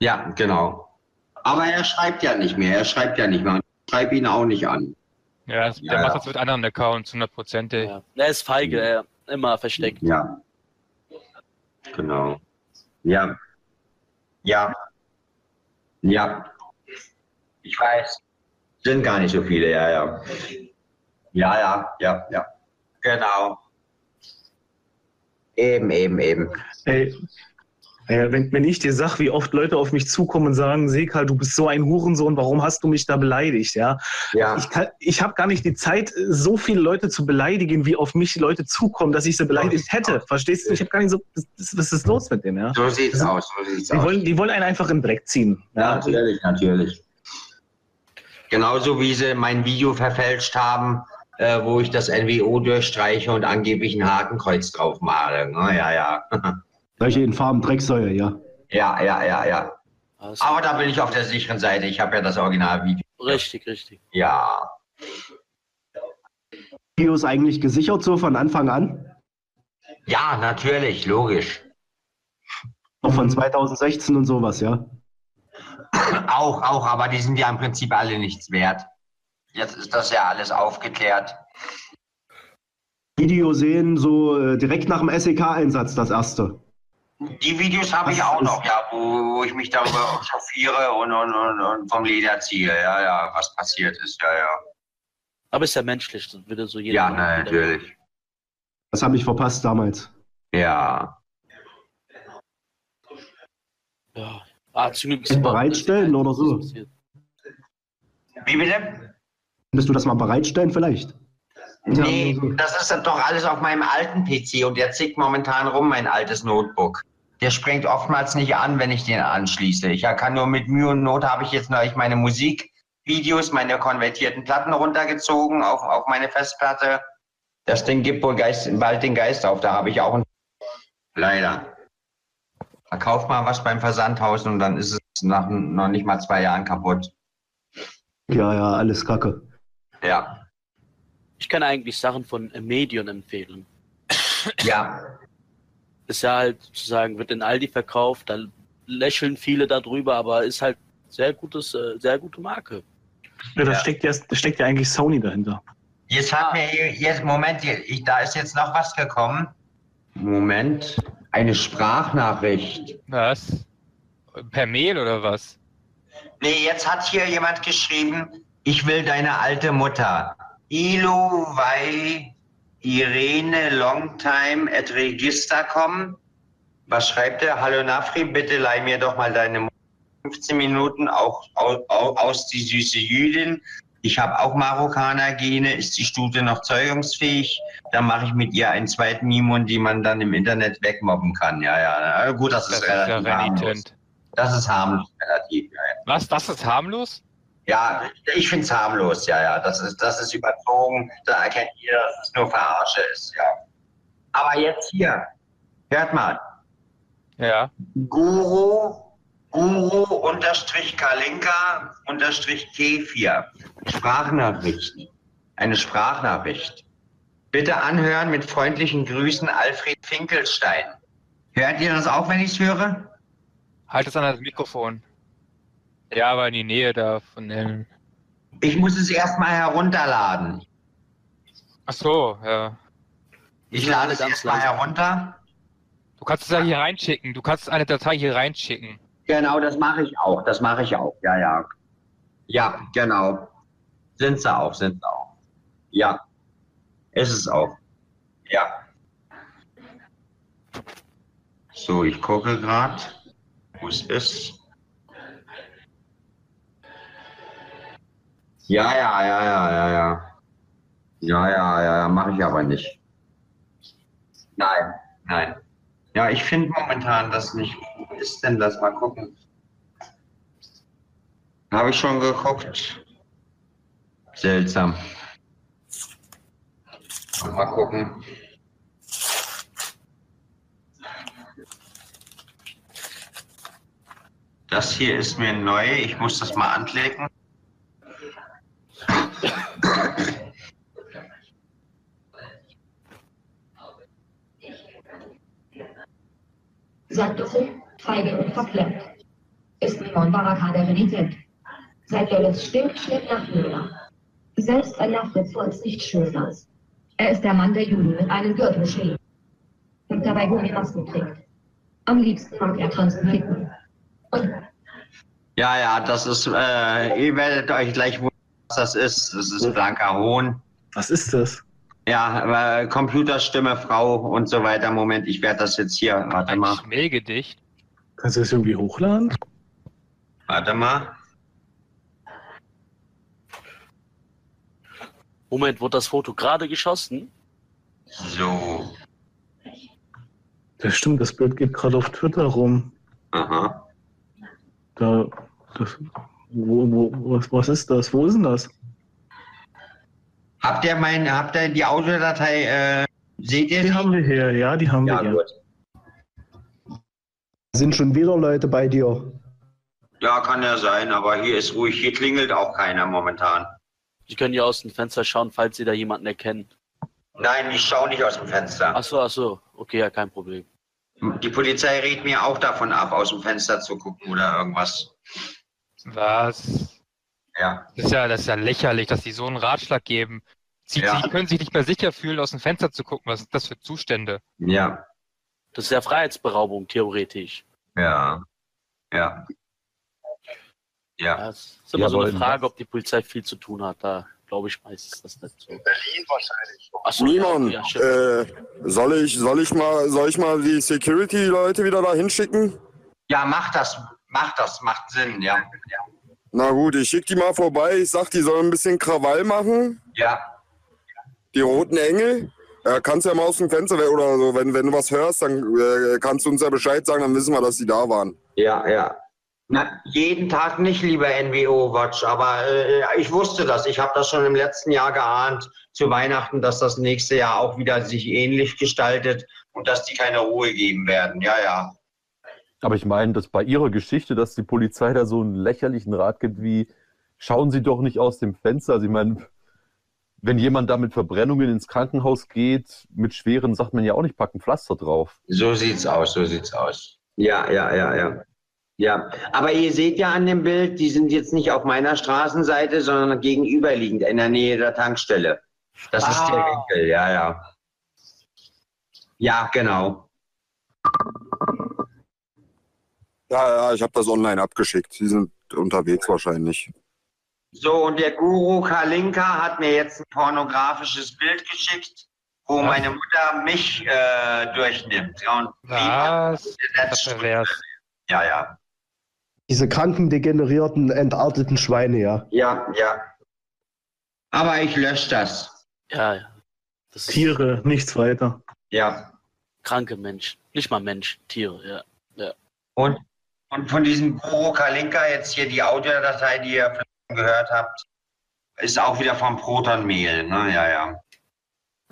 Ja, genau. Aber er schreibt ja nicht mehr. Er schreibt ja nicht mehr. Ich schreibe ihn auch nicht an.
Ja, das, der
Ja,
macht
ja.
das mit anderen Accounts, hundertprozentig.
Ja. Er ist feige, er immer versteckt.
Ja. Genau. Ja. Ja. Ja. Ich weiß. Sind gar nicht so viele, ja, ja. Ja, ja, ja, ja. Genau. Eben, eben, eben.
Ey, äh, wenn, wenn ich dir sag, wie oft Leute auf mich zukommen und sagen, Sekal, du bist so ein Hurensohn, warum hast du mich da beleidigt? Ja,
Ja.
ich, kann- ich habe gar nicht die Zeit, äh, so viele Leute zu beleidigen, wie auf mich Leute zukommen, dass ich sie beleidigt hätte. Verstehst du? Ich habe gar nicht so, was- was ist los mit dem? Ja,
So sieht's aus, so sieht's
die
aus.
wollen, die wollen einen einfach in den Dreck ziehen. Ja,
Natürlich, natürlich. Genauso wie sie mein Video verfälscht haben, äh, wo ich das NWO durchstreiche und angeblich ein Hakenkreuz drauf male. Na, ja, ja.
Solche infamen Drecksäue, ja.
Ja, ja, ja, ja.
Das-
Aber da bin ich auf der sicheren Seite. Ich habe ja das Originalvideo.
Richtig, richtig.
Ja.
Video ist eigentlich gesichert so von Anfang an.
Ja, natürlich, logisch.
Auch
Mhm.
von 2016 und sowas, ja.
Auch, auch, aber die sind ja im Prinzip alle nichts wert. Jetzt ist das ja alles aufgeklärt.
Video sehen, so äh, direkt nach dem SEK-Einsatz das erste.
Die Videos habe ich
Das
auch
ist-
noch, ja, wo, wo ich mich darüber chauffiere und, und, und, und vom Leder ziehe. Ja, ja, was passiert ist, ja, ja.
Aber ist ja menschlich, das würde so jeder.
Ja,
machen.
na, natürlich.
Das habe ich verpasst damals.
Ja.
Ja. Ah, zum Glück ist
Bereitstellen oder so?
Wie bitte?
Könntest du das mal bereitstellen vielleicht?
Nee, das ist doch alles auf meinem alten PC und der zickt momentan rum, mein altes Notebook. Der springt oftmals nicht an, wenn ich den anschließe. Ich kann nur mit Mühe und Not habe ich jetzt neulich meine Musikvideos, meine konvertierten Platten runtergezogen auf, auf meine Festplatte. Das Ding gibt wohl Geist, bald den Geist auf. Da habe ich auch einen. Leider. Verkauf mal was beim Versandhaus und dann ist es Ist nach noch nicht mal zwei Jahren kaputt. Mhm.
Ja, ja, alles Kacke.
Ja.
Ich kann eigentlich Sachen von Medion empfehlen.
Ja.
Ist ja halt sozusagen, wird in Aldi verkauft, da lächeln viele darüber, aber ist halt sehr gutes, äh, sehr gute Marke.
Ja, da, Steckt ja, da steckt ja eigentlich Sony dahinter.
Jetzt hat mir jetzt, Moment, ich, da ist jetzt noch was gekommen. Moment. Eine Sprachnachricht.
Was? Per Mail oder was?
Nee, jetzt hat hier jemand geschrieben, ich will deine alte Mutter. Ilo Wei Irene Longtime at Register.com. Was schreibt er? Hallo Nafri, bitte leih mir doch mal deine Mutter. 15 Minuten auch, au- au- aus die süße Jüdin. Ich habe auch Marokkaner-Gene. Ist die Stute noch zeugungsfähig? Dann mache ich mit ihr einen zweiten Mimon, die man dann im Internet wegmobben kann. Ja, ja. na Gut, das,
Das
ist
ist ja
relativ harmlos.
renitent.
Das ist harmlos, relativ. Ja, ja.
Was? Das ist harmlos?
Ja, ich finde es harmlos, ja, ja. Das ist, das ist überzogen. Da erkennt ihr, dass es nur Verarsche ist, ja. Aber jetzt hier, hört mal.
Ja.
Guru, Guru unterstrich Kalinka unterstrich Kefir. Sprachnachricht. Eine Sprachnachricht. Bitte anhören mit freundlichen Grüßen Alfred Finkelstein. Hört ihr das auch, wenn ich es höre?
Halt es an das Mikrofon. Ja, aber in die Nähe da von dem.
Ich muss es erstmal herunterladen.
Ach so, ja.
Ich lade es
Ganz
erstmal
langsam.
herunter.
Du kannst es ja hier reinschicken. Du kannst eine Datei hier reinschicken.
Genau, das mache ich auch. Das mache ich auch. Ja, ja. Ja, genau. Sind sie auch, sind sie auch. Ja. Ist es auch. Ja. So, ich gucke gerade, wo es ist. Ja, ja, ja, ja, ja, ja. Ja, ja, ja, ja, mache ich aber nicht. Nein, nein. Ja, ich finde momentan das nicht. Wo ist denn das? Mal gucken. Habe ich schon geguckt. Seltsam. Mal gucken. Das hier ist mir neu. Ich muss das mal anklicken.
Sagt Dussel, feige und verklemmt. Ist Mimon Baraka Renität. Seit Lolles stinkt schlimm nach Müller. Selbst ein Lafritz uns nicht schön aus. Er ist der Mann der Juden mit einem Gürtelschädel. Und dabei Gummimasken trägt. Am liebsten mag er tanzen Hicken. Und
Ja, ja, das ist, äh, ihr werdet euch gleich wundern, was das ist. Das ist blanker Hohn.
Was ist das?
Ja, aber Computerstimme, Frau und so weiter. Moment, ich werde das jetzt hier. Warte
Ein
mal.
Schmähgedicht.
Kannst du das irgendwie hochladen?
Warte mal.
Moment, wurde das Foto gerade geschossen?
So.
Das stimmt, das Bild geht gerade auf Twitter rum.
Aha.
Da, das, wo, wo, was, was ist das? Wo ist denn das?
Habt ihr mein, habt ihr die Audiodatei, äh, seht ihr
Die
die?
haben wir hier, ja, die haben
ja,
wir hier.
gut.
Sind schon wieder Leute bei dir.
Ja, kann ja sein, aber hier ist ruhig, hier klingelt auch keiner momentan.
Sie können ja aus dem Fenster schauen, falls Sie da jemanden erkennen.
Nein, ich schaue nicht aus dem Fenster.
Ach so, ach so. Okay, ja, kein Problem.
Die Polizei rät mir auch davon ab, aus dem Fenster zu gucken oder irgendwas.
Was?
Ja.
Das ist ja, das ist ja lächerlich, dass die so einen Ratschlag geben. Sie,
Ja.
sie können sich nicht mehr sicher fühlen, aus dem Fenster zu gucken. Was sind das für Zustände?
Ja.
Das ist ja Freiheitsberaubung, theoretisch.
Ja. Ja. Ja.
Ja, es ist immer
Ja,
so eine
aber
Frage, ob die Polizei viel zu tun hat. Da glaube ich meistens das nicht so.
Berlin wahrscheinlich.
Ach so,
Simon,
ja, stimmt.
äh, soll ich, soll ich mal, soll ich mal die Security-Leute wieder da hinschicken?
Ja, macht das, macht das, macht Sinn, ja.
Na gut, ich schick die mal vorbei. Ich sag, die sollen ein bisschen Krawall machen.
Ja.
Die roten Engel. Äh, kannst ja mal aus dem Fenster we- oder so, wenn, wenn du was hörst, dann äh, kannst du uns ja Bescheid sagen, dann wissen wir, dass die da waren.
Ja, ja. Na, jeden Tag nicht, lieber NWO-Watch, aber äh, ich wusste das. Ich habe das schon im letzten Jahr geahnt, zu Weihnachten, dass das nächste Jahr auch wieder sich ähnlich gestaltet und dass die keine Ruhe geben werden. Ja, ja.
Aber ich meine, dass bei Ihrer Geschichte, dass die Polizei da so einen lächerlichen Rat gibt wie, schauen Sie doch nicht aus dem Fenster. Also ich meine, wenn jemand da mit Verbrennungen ins Krankenhaus geht, mit schweren, sagt man ja auch nicht, packen Pflaster drauf.
So sieht's aus, so sieht's aus. Ja, ja, ja, ja. Ja, aber ihr seht ja an dem Bild, die sind jetzt nicht auf meiner Straßenseite, sondern gegenüberliegend in der Nähe der Tankstelle. Das ist der Winkel, ja, ja. Ja, genau.
Ja, ja, ich habe das online abgeschickt. Sie sind unterwegs wahrscheinlich.
So, und der Guru Kalinka hat mir jetzt ein pornografisches Bild geschickt, wo meine Mutter mich äh, durchnimmt. Ja, und wie-
Was?
der
Das
letzte-
pervers.
ja, ja.
Diese kranken, degenerierten, entarteten Schweine, ja.
Ja, ja. Aber ich lösche das.
Ja, ja. Das ist
Tiere, nichts weiter.
Ja.
kranke Menschen. Nicht mal Menschen, Tiere, ja.
Und, und von diesem Guru Kalinka jetzt hier die Audiodatei, die ihr gehört habt, ist auch wieder vom Protonmehl. Ne? Ja, ja.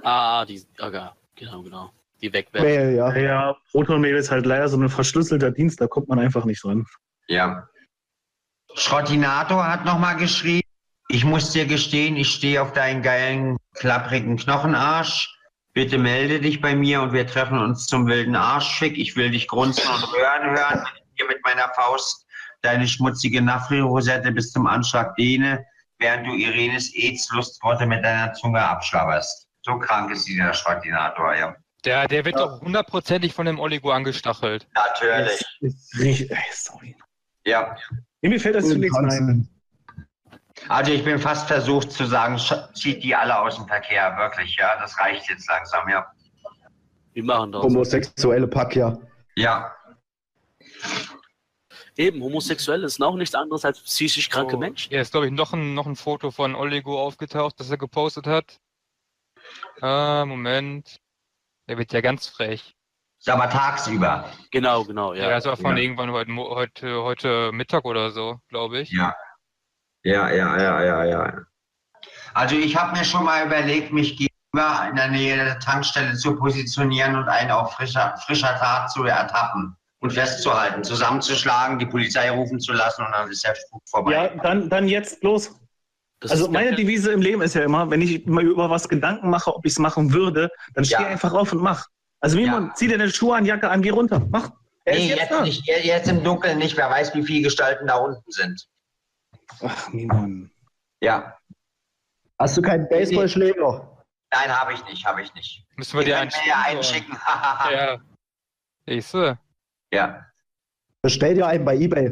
Ah, die, okay, genau, genau. Die wegwerfen.
Mail, ja.
Ja, Protonmail ist halt leider so ein verschlüsselter Dienst, da kommt man einfach nicht dran.
Ja. Schrottinato hat nochmal geschrieben, ich muss dir gestehen, ich stehe auf deinen geilen, klapprigen Knochenarsch. Bitte melde dich bei mir und wir treffen uns zum wilden Arschfick. Ich will dich grunzen und röhren hören, wenn ich dir mit meiner Faust deine schmutzige Nafri-Rosette bis zum Anschlag dehne, während du Irenes AIDS-Lustworte mit deiner Zunge abschlabberst. So krank ist dieser Schrottinator, ja.
Der, der wird doch hundertprozentig von dem Oligo angestachelt.
Natürlich,
Ist richtig- ey, sorry.
ja.
Nee, Mir fällt das zunächst ein.
Also ich bin fast versucht zu sagen, sch- zieht die alle aus dem Verkehr, wirklich, ja, das reicht jetzt langsam, ja.
Wir machen das.
Homosexuelle Pack, ja.
Ja,
Eben, Homosexuelle sind auch nichts anderes als psychisch kranke
So,
Menschen.
Hier ist, glaube ich, noch ein, noch ein Foto von Oligo aufgetaucht, das er gepostet hat. Ah, Moment. Der wird ja ganz frech.
ist aber tagsüber,
Genau, genau,
Ja, also-
ja.
der ist auch von
ja.
irgendwann heute, Mo- heute, heute Mittag oder so, glaube ich.
ja. Ja, ja, ja, ja, ja. Also ich habe mir schon mal überlegt, mich gegenüber in der Nähe der Tankstelle zu positionieren und einen auf frischer, frischer Tat zu ertappen und festzuhalten, zusammenzuschlagen, die Polizei rufen zu lassen und dann ist der Spuk
Ja,
vorbei.
dann, dann jetzt los.
Das
Also
ist-
meine Devise im Leben ist ja immer, wenn ich mir über was Gedanken mache, ob ich es machen würde, dann steh
Ja.
einfach auf und mach. Also Mimon,
Ja.
zieh dir deine Schuhe an, Jacke an, geh runter, mach. Er
nee,
ist jetzt
jetzt,
da.
nicht, jetzt im Dunkeln nicht, wer weiß, wie viele Gestalten da unten sind.
Ach, Mimon.
Ja,
Hast du keinen Baseballschläger?
Nein, habe ich nicht, habe ich nicht.
Müssen wir dir einen
mir ja einen schicken. ja.
Ja. Ich so.
ja.
Bestell dir einen bei Ebay.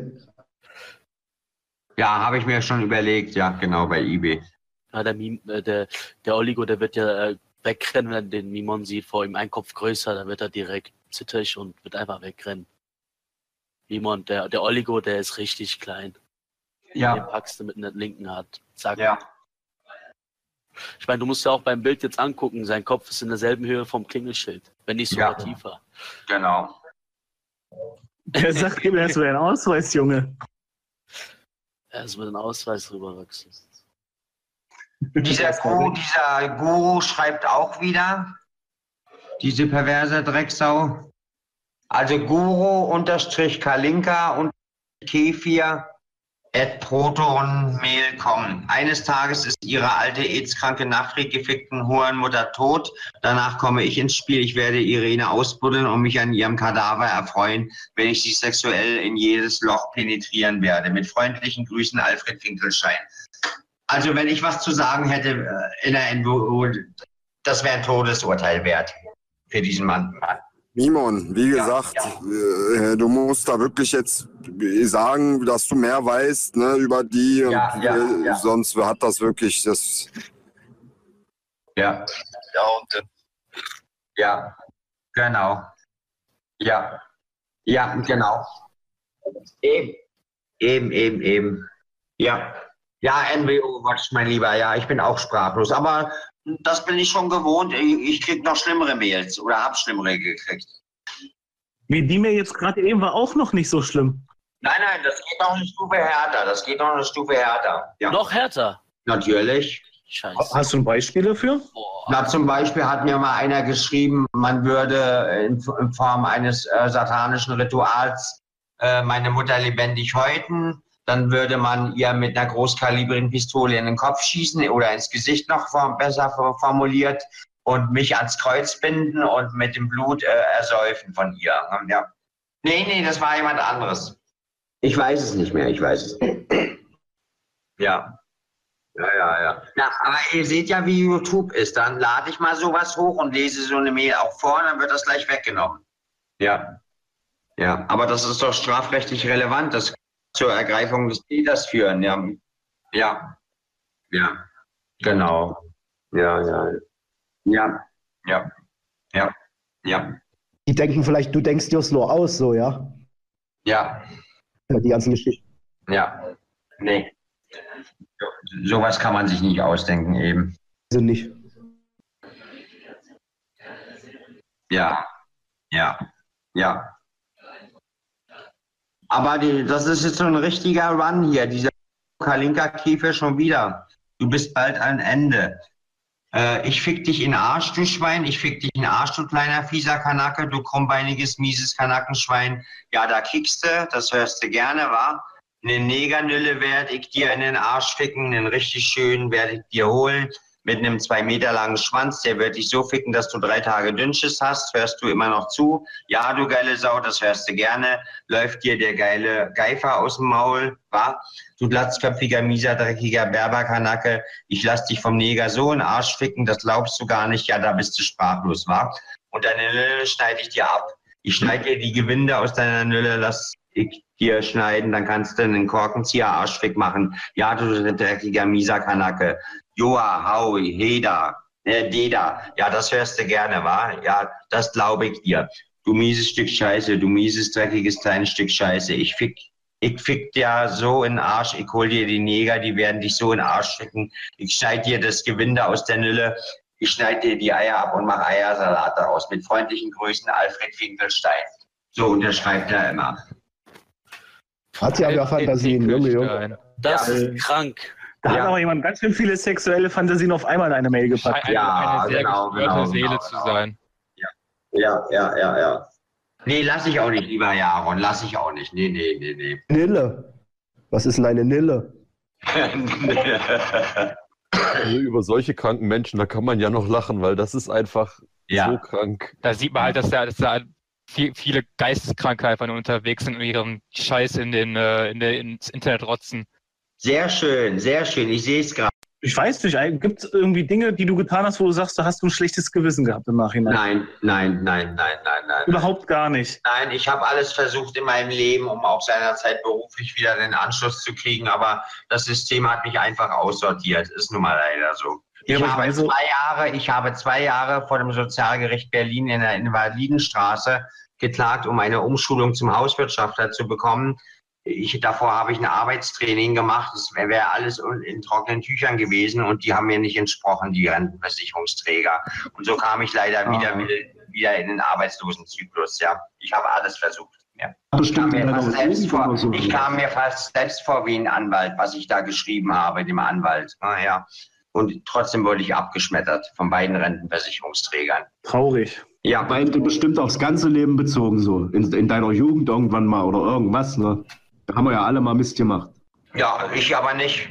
Ja, habe ich mir schon überlegt, ja, genau, bei eBay.
Ja, der, Mim, äh, der, der Oligo, der wird ja äh, wegrennen, wenn er den Mimon sieht, vor ihm ein Kopf größer, dann wird er direkt zitterig und wird einfach wegrennen. Mimon, der, der Oligo, der ist richtig klein. Den
Ja,
packst du mit einer linken Hand. Zack.
ja,
Ich meine, du musst ja auch beim Bild jetzt angucken, sein Kopf ist in derselben Höhe vom Klingelschild, wenn nicht sogar
Ja.
tiefer.
genau.
Er sagt, gib mir erstmal deinen Ausweis, Junge.
Er ist mit dem Ausweis rüberwachsen.
Dieser Guru, dieser Guru schreibt auch wieder, diese perverse Drecksau. Also Guru unterstrich Kalinka und Kefir at protonmail.com. Eines Tages ist ihre alte AIDS-kranke Nachricht gefickten Hurenmutter tot. Danach komme ich ins Spiel. Ich werde Irene ausbuddeln und mich an ihrem Kadaver erfreuen, wenn ich sie sexuell in jedes Loch penetrieren werde. Mit freundlichen Grüßen, Alfred Winkelschein. Also wenn ich was zu sagen hätte äh, in der NWO, das wäre ein Todesurteil wert für diesen Mann.
Mimon, wie
Ja,
gesagt, äh, du musst da wirklich jetzt äh, sagen, dass du mehr weißt ne, über die.
Ja,
und,
ja,
äh,
ja.
Sonst hat das wirklich das.
Ja,
Ja, und äh, dann
ja, genau. Ja, ja, genau. Eben, eben, eben, eben. Ja, ja, NWO Watch, mein Lieber. Ja, ich bin auch sprachlos, aber das bin ich schon gewohnt. Ich ich krieg noch schlimmere Mails oder hab schlimmere gekriegt.
Wie die mir jetzt gerade eben war, auch noch nicht so schlimm.
Nein, nein, das geht noch eine Stufe härter. Das geht noch eine Stufe härter. Ja,
Noch härter!
natürlich.
Scheiße.
Hast du ein Beispiel dafür?
Boah.
Na, zum Beispiel hat mir mal einer geschrieben, man würde in, in Form eines äh, satanischen Rituals äh, meine Mutter lebendig häuten. Dann würde man ihr mit einer großkalibrigen Pistole in den Kopf schießen oder ins Gesicht noch form- besser for- formuliert und mich ans Kreuz binden und mit dem Blut äh, ersäufen von ihr. ne, Ja. Nee, nee, das war jemand anderes. Ich weiß es nicht mehr, ich weiß es nicht. Ja. Ja, ja, ja. Na, aber ihr seht ja, wie YouTube ist. Dann lade ich mal sowas hoch und lese so eine Mail auch vor und dann wird das gleich weggenommen. Ja. Ja, aber das ist doch strafrechtlich relevant. Das kann zur Ergreifung des Täters führen. Ja. Ja. Ja. Genau. Ja, ja. Ja. Ja. Ja. Ja.
Die denken vielleicht, du denkst dir es nur aus, so, ja?
Ja.
Die ganzen Geschichten.
Ja. Nee. So- Sowas kann man sich nicht ausdenken eben.
sind nicht.
Ja, ja, ja. Aber die, das ist jetzt so ein richtiger Run hier, dieser Kalinka-Käfer schon wieder. Du bist bald am Ende. Äh, ich fick dich in den Arsch, du Schwein. Ich fick dich in den Arsch, du kleiner fieser Kanake, du krummbeiniges, mieses Kanakenschwein. Ja, da kickst du, das hörst du gerne, wa? Eine Negernülle werde ich dir in den Arsch ficken, einen richtig schönen werde ich dir holen mit einem zwei Meter langen Schwanz, der wird dich so ficken, dass du drei Tage Dünnschiss hast, hörst du immer noch zu. Ja, du geile Sau, das hörst du gerne. Läuft dir der geile Geifer aus dem Maul, wa? Du glatzköpfiger, mieser, dreckiger Berberkanacke. Ich lass dich vom Neger so in den Arsch ficken, das glaubst du gar nicht. Ja, da bist du sprachlos, wa? Und deine Lille schneide ich dir ab. Ich schneide dir die Gewinde aus deiner Nülle, lass ich dir schneiden, dann kannst du einen Korkenzieher Arschfick machen. Ja, du dreckiger, mieser Kanacke. Joa, Howie, Heda, äh, Deda. Ja, das hörst du gerne, wa? Ja, das glaube ich dir. Du mieses Stück Scheiße, du mieses, dreckiges, kleines Stück Scheiße. Ich fick, ich fick dir so in den Arsch. Ich hol dir die Neger, die werden dich so in den Arsch schicken. Ich schneid dir das Gewinde aus der Nille. Ich schneid dir die Eier ab und mach Eiersalat daraus. Mit freundlichen Grüßen, Alfred Finkelstein. So unterschreibt er immer.
Hat sie aber
Äh,
ja Fantasien, Junge, Junge.
Das
Ja.
ist krank.
Da
Ja.
hat aber jemand ganz schön viele sexuelle Fantasien auf einmal in eine Mail gepackt.
Scheint eine,
Ja,
eine sehr
genau,
gestörte
genau,
Seele
genau,
zu
genau.
sein.
Ja, ja, ja, ja. Nee, lass ich auch nicht, lieber Jaron. Lass ich auch nicht. Nee, nee, nee, nee.
Nille. Was ist denn eine Nille?
Also über solche kranken Menschen, da kann man ja noch lachen, weil das ist einfach so
ja,
krank.
Da sieht man halt, dass da, dass da viel, viele Geisteskranke einfach nur unterwegs sind und ihren Scheiß in den, äh, in den, ins Internet rotzen.
sehr schön, sehr schön. Ich sehe es gerade.
Ich weiß nicht, gibt es irgendwie Dinge, die du getan hast, wo du sagst, da hast du ein schlechtes Gewissen gehabt im Nachhinein?
Nein, nein, nein, nein, nein, nein.
Überhaupt gar nicht.
Nein, ich habe alles versucht in meinem Leben, um auch seinerzeit beruflich wieder den Anschluss zu kriegen, aber das System hat mich einfach aussortiert. Ist nun mal leider so. ich,
Ja, aber ich
habe
weiß so-
zwei Jahre, ich habe zwei Jahre vor dem Sozialgericht Berlin in der Invalidenstraße geklagt, um eine Umschulung zum Hauswirtschaftler zu bekommen. Ich, davor habe ich ein Arbeitstraining gemacht. Das wäre wär alles un- in trockenen Tüchern gewesen und die haben mir nicht entsprochen, die Rentenversicherungsträger. Und so kam ich leider
Ah.
wieder, wieder, wieder in den Arbeitslosenzyklus. Ja, ich habe alles versucht. Ja. Ich, kam
Bestimmt
mir
einer
fast
aus
selbst
Oben
vor,
oder so.
ich kam mir fast selbst vor wie ein Anwalt, was ich da geschrieben habe, dem Anwalt. Naja. Und trotzdem wurde ich abgeschmettert von beiden Rentenversicherungsträgern.
Traurig.
Ja,
Weil du bestimmt aufs ganze Leben bezogen so. In, in deiner Jugend irgendwann mal oder irgendwas, ne? Da haben wir ja alle mal Mist gemacht.
Ja, ich aber nicht.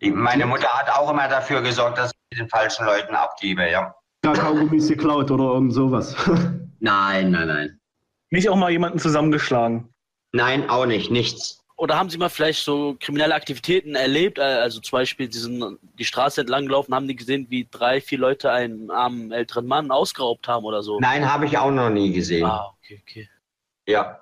Die- Meine Mutter hat auch immer dafür gesorgt, dass ich den falschen Leuten abgebe, ja.
Ja, Kaugummis geklaut oder irgend sowas.
Nein, nein, nein.
Nicht auch mal jemanden zusammengeschlagen.
Nein, auch nicht, nichts.
Oder haben Sie mal vielleicht so kriminelle Aktivitäten erlebt? Äh, Also zum Beispiel, Sie sind die Straße entlang gelaufen, haben die gesehen, wie drei, vier Leute einen armen älteren Mann ausgeraubt haben oder so.
Nein, habe ich auch noch nie gesehen.
Ah, okay, okay.
Ja,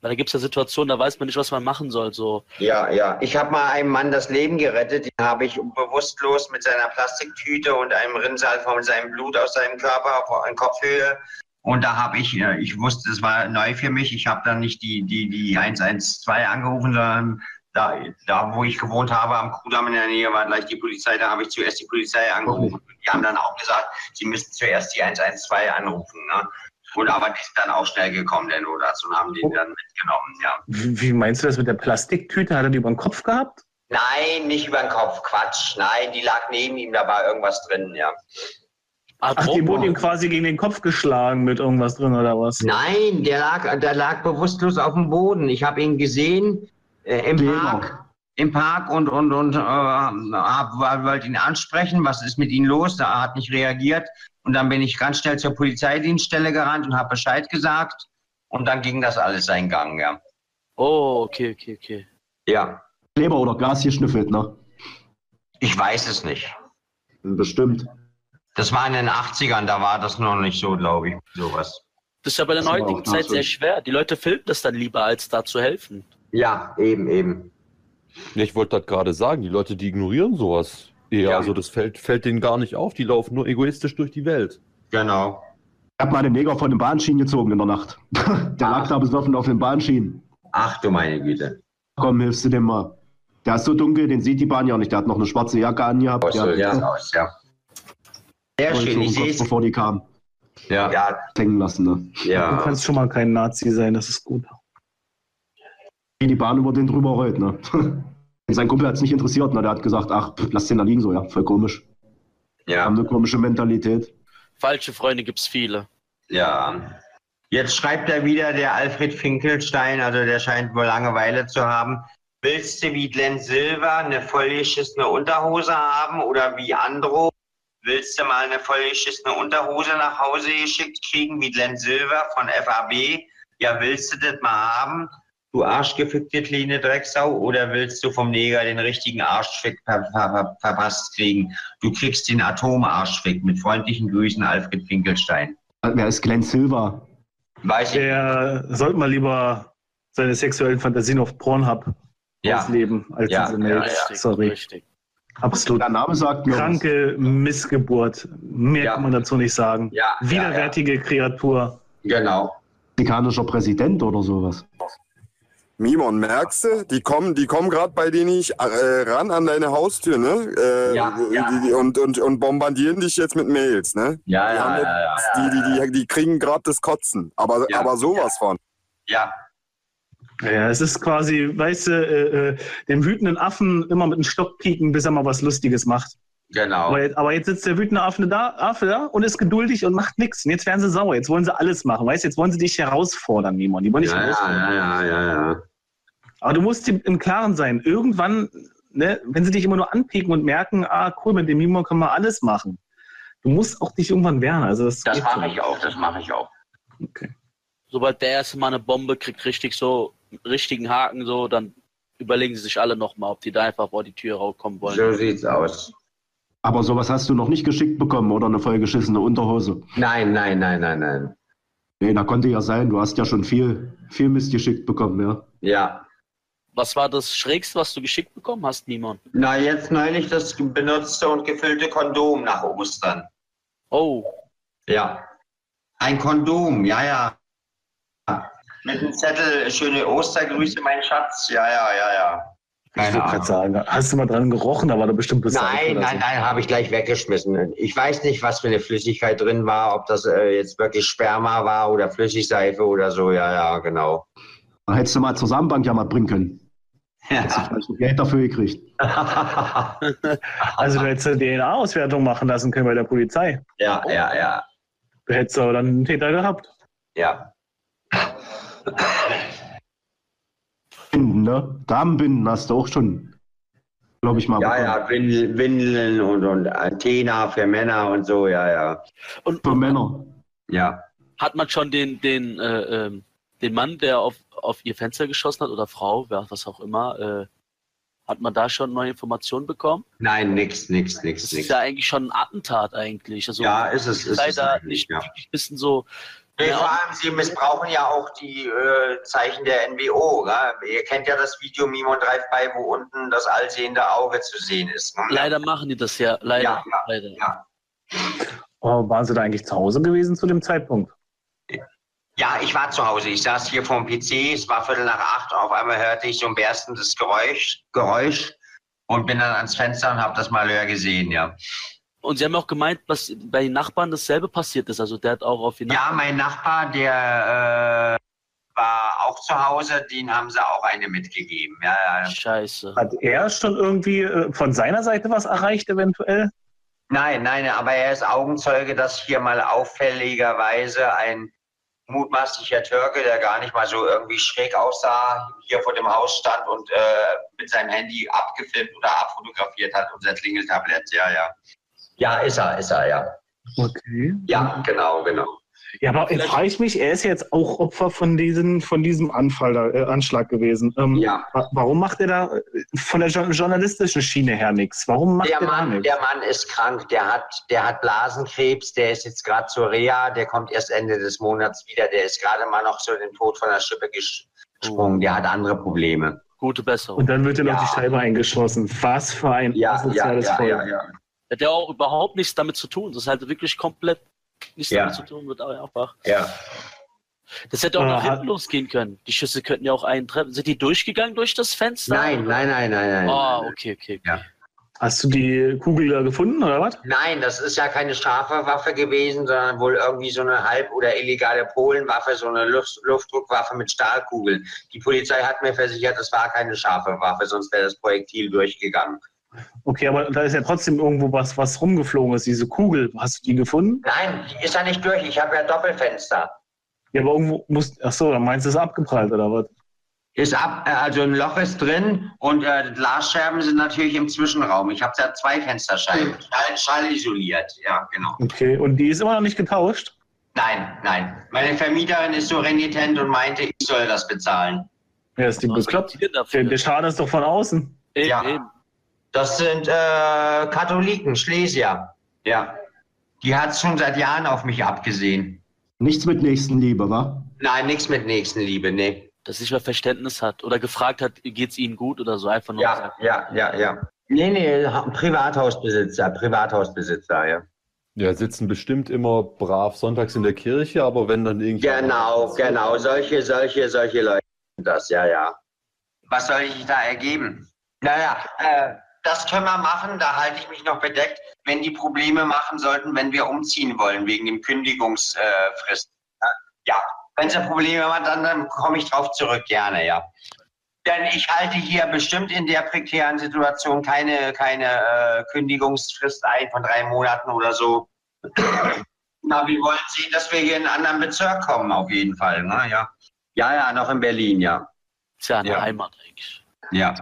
Weil da gibt es ja Situationen, da weiß man nicht, was man machen soll. So.
ja, ja. Ich habe mal einem Mann das Leben gerettet, den habe ich bewusstlos mit seiner Plastiktüte und einem Rinnsal von seinem Blut aus seinem Körper auf in Kopfhöhe. Und da habe ich, äh, ich wusste, es war neu für mich, ich habe dann nicht die, die, die 112 angerufen, sondern da, da, wo ich gewohnt habe, am Kudamm in der Nähe, war gleich die Polizei, da habe ich zuerst die Polizei angerufen. Die haben dann auch gesagt, sie müssen zuerst die 112 anrufen. Ne? Und aber die sind dann auch schnell gekommen, der Notarzt, und haben den dann mitgenommen, ja.
Wie, wie meinst du das mit der Plastiktüte? Hat er die über den Kopf gehabt?
Nein, nicht über den Kopf, Quatsch. Nein, die lag neben ihm, da war irgendwas drin, ja.
Ah,
Ach, dem wurde ihm
Atropos.
quasi gegen den Kopf geschlagen mit irgendwas drin oder was?
Nein, der lag, der lag bewusstlos auf dem Boden. Ich habe ihn gesehen äh, im
Genau.
Park. Im Park und, und, und äh, hab, war- wollte ihn ansprechen, was ist mit ihm los? Er hat nicht reagiert. Und dann bin ich ganz schnell zur Polizeidienststelle gerannt und habe Bescheid gesagt. Und dann ging das alles seinen Gang, ja.
Oh, okay, okay, okay.
Ja,
Kleber oder Gas geschnüffelt, ne?
ich weiß es nicht.
Bestimmt.
Das war in den 80ern, da war das noch nicht so, glaube ich, sowas.
Das ist ja bei der
Das war auch
heutigen Zeit
nachvollziehbar.
sehr schwer. Die Leute filmen das dann lieber, als da zu helfen.
Ja, eben, eben.
Ja, ich wollte das gerade sagen, die Leute, die ignorieren sowas. Ja,
Ja.
also das fällt, fällt denen gar nicht auf, die laufen nur egoistisch durch die Welt.
Genau.
Ich hab mal den Neger von den Bahnschienen gezogen in der Nacht. Der lag da besoffen auf den Bahnschienen.
Ach du meine Güte.
Komm, hilfst du dem mal. Der ist so dunkel, den sieht die Bahn ja nicht. Der hat noch eine schwarze Jacke angehabt.
So
Der
sieht's
hat
aus, ja. Sehr schön, ich sehe
kurz
es.
bevor die kamen,
Ja,
hängen lassen. Ne?
Du
ja.
kannst schon mal kein Nazi sein, das ist gut.
Wie die Bahn über den drüber rollt. Ne? Sein Kumpel hat es nicht interessiert. Ne? Der hat gesagt, ach, pff, lass den da liegen so. Ja, voll komisch.
Ja,
Haben eine komische Mentalität.
Falsche Freunde gibt's viele.
ja. Jetzt schreibt er wieder, der Alfred Finkelstein, also der scheint wohl Langeweile zu haben. Willst du wie Glenn Silver eine vollgeschissene Unterhose haben oder wie Andro? Willst du mal eine vollgeschissene Unterhose nach Hause geschickt kriegen wie Glenn Silver von FAB? Ja, willst du das mal haben? Du arschgefickte kleine Drecksau oder willst du vom Neger den richtigen Arschfick ver ver ver verpasst kriegen? Du kriegst den Atomarschfick mit freundlichen Grüßen Alfred Finkelstein.
Wer ist Glenn Silver?
Weiß
Äh,
ich.
Der sollte mal lieber seine sexuellen Fantasien auf Pornhub
Ja,
ausleben, als
Ja,
diese
ja,
Mails. Sorry.
richtig.
Absolut.
Der Name sagt mir was.
Kranke Missgeburt. Mehr
Ja.
kann man dazu nicht sagen.
ja.
Widerwärtige Kreatur.
Ja, ja. Genau.
mexikanischer Präsident oder sowas.
Mimon, merkst du, die kommen, die kommen gerade bei denen nicht äh, ran an deine Haustür, ne? Äh,
Ja, ja.
Die, die, und, und, und bombardieren dich jetzt mit Mails, ne?
Ja,
Die
ja,
haben
ja, ja.
Die, die, die, die kriegen gerade das Kotzen, aber,
Ja.
aber sowas von.
Ja,
Ja, es ist quasi, weißt du, äh, äh, dem wütenden Affen immer mit einem Stock pieken, bis er mal was Lustiges macht.
genau.
Aber, jetzt, aber jetzt sitzt der wütende Affe da, Affe da und ist geduldig und macht nichts. Und jetzt werden sie sauer. Jetzt wollen sie alles machen. Weißt du, jetzt wollen sie dich herausfordern, Mimon. Die wollen dich
Ja, ja,
herausfordern.
ja, ja, ja, ja.
Aber du musst dir im Klaren sein, irgendwann, ne, wenn sie dich immer nur anpieken und merken, ah cool, mit dem Mimon können wir alles machen. Du musst auch dich irgendwann wehren. Also das
Das
geht so
mache
nicht.
ich auch, das mache ich auch.
Sobald der erste Mal eine Bombe kriegt, richtig so, richtigen Haken so, dann überlegen sie sich alle nochmal, ob die da einfach vor die Tür rauskommen wollen.
So sieht's aus.
Aber sowas hast du noch nicht geschickt bekommen oder eine vollgeschissene Unterhose.
Nein, nein, nein, nein, nein.
Nee, da konnte ja sein, du hast ja schon viel, viel Mist geschickt bekommen, ja.
Ja.
Was war das Schrägste, was du geschickt bekommen hast, Mimon?
Na, jetzt neulich das benutzte und gefüllte Kondom nach Ostern.
Oh,
Ja. Ein Kondom, ja, ja. Mit einem Zettel, schöne Ostergrüße, mein Schatz. Ja, ja, ja, ja.
Ich wollte
Keine
gerade
Ahnung.
sagen, hast du mal dran gerochen, da war da bestimmt Beseife
Nein,
oder
nein,
also?
so.
nein, habe ich gleich weggeschmissen. Ich weiß nicht, was für eine Flüssigkeit drin war, ob das äh, jetzt wirklich Sperma war oder Flüssigseife oder so. Ja, ja, genau.
Da hättest du mal zur Samenbank ja mal bringen können. Hättest du
Ja.
vielleicht noch Geld dafür gekriegt.
Also du hättest eine DNA-Auswertung machen lassen können bei der Polizei.
ja, ja, ja,
Du hättest aber dann einen Täter gehabt.
ja.
Binden, ne? Damenbinden hast du auch schon, glaube ich mal.
Ja,
bekommen.
ja, Windel- Windeln und, und Athena für Männer und so, ja, ja.
und
Für Männer.
Ja.
hat man schon den, den, äh, ähm, den Mann, der auf, auf ihr Fenster geschossen hat, oder Frau, wer- was auch immer, äh, hat man da schon neue Informationen bekommen?
Nein, nix, nix,
Das
nix,
ist
nix.
ja eigentlich schon ein Attentat eigentlich. Also
Ja, ist es. Ist es
leider
eigentlich,
nicht
ja.
ein bisschen so,
Nee,
Ja.
vor allem, sie missbrauchen ja auch die äh, Zeichen der NWO. Ne? Ihr kennt ja das Video Mimon Drive bei, wo unten das allsehende Auge zu sehen ist. Ne?
leider machen die das ja, leider,
Ja, ja,
leider.
Aber waren sie da eigentlich zu Hause gewesen zu dem Zeitpunkt?
Ja, ich war zu Hause. Ich saß hier vorm PC. Es war Viertel nach acht. Auf einmal hörte ich so ein berstendes Geräusch, Geräusch und bin dann ans Fenster und habe das Malheur gesehen, ja.
Und sie haben auch gemeint, dass bei den Nachbarn dasselbe passiert ist. Also der hat auch auf die
Ja, mein Nachbar, der äh, war auch zu Hause. Den haben sie auch eine mitgegeben. Ja, ja.
Scheiße.
Hat er schon irgendwie äh, von seiner Seite was erreicht eventuell?
Nein, nein, aber er ist Augenzeuge, dass hier mal auffälligerweise ein mutmaßlicher Türke, der gar nicht mal so irgendwie schräg aussah, hier vor dem Haus stand und äh, mit seinem Handy abgefilmt oder abfotografiert hat, unser Klingeltablett. Ja, ja. Ja, ist er, ist er, ja.
Okay.
Ja, genau, genau.
Ja, aber jetzt frage ich mich, er ist jetzt auch Opfer von, diesen, von diesem Anfall da, äh, Anschlag gewesen. Ähm,
Ja.
wa- Warum macht er da äh, von der jo journalistischen Schiene her nichts? Warum macht
Der
er da
Mann,
nichts?
der Mann ist krank, der hat, der hat Blasenkrebs, der ist jetzt gerade zur Reha, der kommt erst Ende des Monats wieder, der ist gerade mal noch so den Tod von der Schippe gesprungen, der hat andere Probleme.
Gute Besserung.
Und dann wird er noch
Ja.
die Scheibe eingeschossen. Was für ein
Ja, ja,
asoziales
ja,
Volk.
ja, ja.
Hat ja auch überhaupt nichts damit zu tun. Das ist halt wirklich komplett nichts
Ja.
damit zu tun mit einfach.
ja.
Das hätte auch
Ah,
nach
hat-
hinten losgehen können. Die Schüsse könnten ja auch einen treffen. Sind die durchgegangen durch das Fenster?
Nein, nein, nein, nein, nein.
Ah, okay, okay.
Hast du die Kugel da gefunden oder was?
Nein, das ist ja keine scharfe Waffe gewesen, sondern wohl irgendwie so eine halb- oder illegale Polenwaffe, so eine Luft Luftdruckwaffe mit Stahlkugeln. Die Polizei hat mir versichert, es war keine scharfe Waffe, sonst wäre das Projektil durchgegangen.
Okay, aber da ist ja trotzdem irgendwo was, was rumgeflogen ist. Diese Kugel, hast du die gefunden?
Nein, die ist ja nicht durch. Ich habe ja Doppelfenster.
Ja, aber irgendwo muss. Ach so, dann meinst du, es ist abgeprallt oder was?
Ist ab, äh, also ein Loch ist drin und äh, Glasscherben sind natürlich im Zwischenraum. Ich habe ja zwei Fensterscheiben, Schall, schallisoliert. Ja, genau.
Okay, und die ist immer noch nicht getauscht?
Nein, nein. Meine Vermieterin ist so renitent und meinte, ich soll das bezahlen.
Ja, ist die bekloppt.
Hier dafür.
Der, der Schaden ist doch von außen.
Eben,
Ja.
eben.
Das sind äh, Katholiken, Schlesier. Ja. Die hat schon seit Jahren auf mich abgesehen.
Nichts mit Nächstenliebe, wa?
Nein, nichts mit Nächstenliebe, nee.
Dass nicht mehr Verständnis hat oder gefragt hat, geht's ihnen gut oder so einfach nur
Ja,
gesagt.
ja, ja, ja. Nee, nee, Ha- Privathausbesitzer, Privathausbesitzer, ja.
Ja, sitzen bestimmt immer brav sonntags in der Kirche, aber wenn dann irgendwie.
Genau, genau, solche, solche, solche Leute sind das, ja, ja. Was soll ich da ergeben? Naja, äh, das können wir machen, da halte ich mich noch bedeckt, wenn die Probleme machen sollten, wenn wir umziehen wollen, wegen dem Kündigungsfrist. Äh, Frist. ja, wenn es Probleme hat, dann, dann komme ich drauf zurück, gerne, ja. Denn ich halte hier bestimmt in der prekären Situation keine, keine äh, Kündigungsfrist ein von drei Monaten oder so. Na, wir wollen sehen, dass wir hier in einen anderen Bezirk kommen, auf jeden Fall. Ne? Ja. ja, ja, noch in Berlin, ja.
Ist ja eine
Ja.
Heimat eigentlich.
Ja,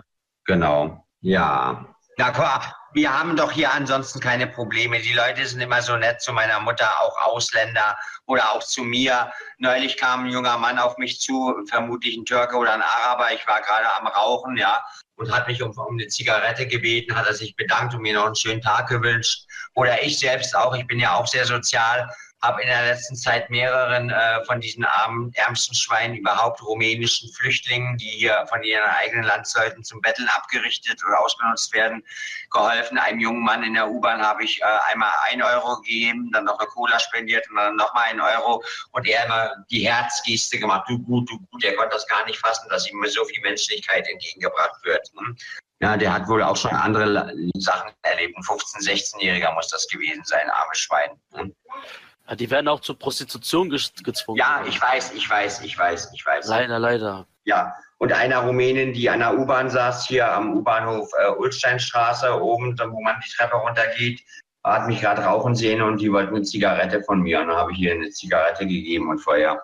genau. Ja. Na klar, wir haben doch hier ansonsten keine Probleme. Die Leute sind immer so nett zu meiner Mutter, auch Ausländer oder auch zu mir. Neulich kam ein junger Mann auf mich zu, vermutlich ein Türke oder ein Araber. Ich war gerade am Rauchen, ja, und hat mich um, um eine Zigarette gebeten, hat er sich bedankt und mir noch einen schönen Tag gewünscht. Oder ich selbst auch, ich bin ja auch sehr sozial, habe in der letzten Zeit mehreren äh, von diesen armen, ärmsten Schweinen, überhaupt rumänischen Flüchtlingen, die hier von ihren eigenen Landsleuten zum Betteln abgerichtet oder ausgenutzt werden, geholfen. Einem jungen Mann in der U-Bahn habe ich äh, einmal ein Euro gegeben, dann noch eine Cola spendiert und dann nochmal ein Euro und er immer die Herzgeste gemacht. Du gut, du gut. Er konnte das gar nicht fassen, dass ihm so viel Menschlichkeit entgegengebracht wird. Ne? Ja, der hat wohl auch schon andere La- Sachen erlebt. Ein 15-, 16-Jähriger muss das gewesen sein, armes Schwein. Ne?
Ja, die werden auch zur Prostitution ges- gezwungen.
Ja, ich weiß, ich weiß, ich weiß, ich weiß.
Leider, leider.
Ja. Und einer Rumänin, die an der U-Bahn saß, hier am U-Bahnhof äh, Ulsteinstraße, oben, da wo man die Treppe runtergeht, hat mich gerade rauchen sehen und die wollte eine Zigarette von mir. Und dann habe ich ihr eine Zigarette gegeben und vorher.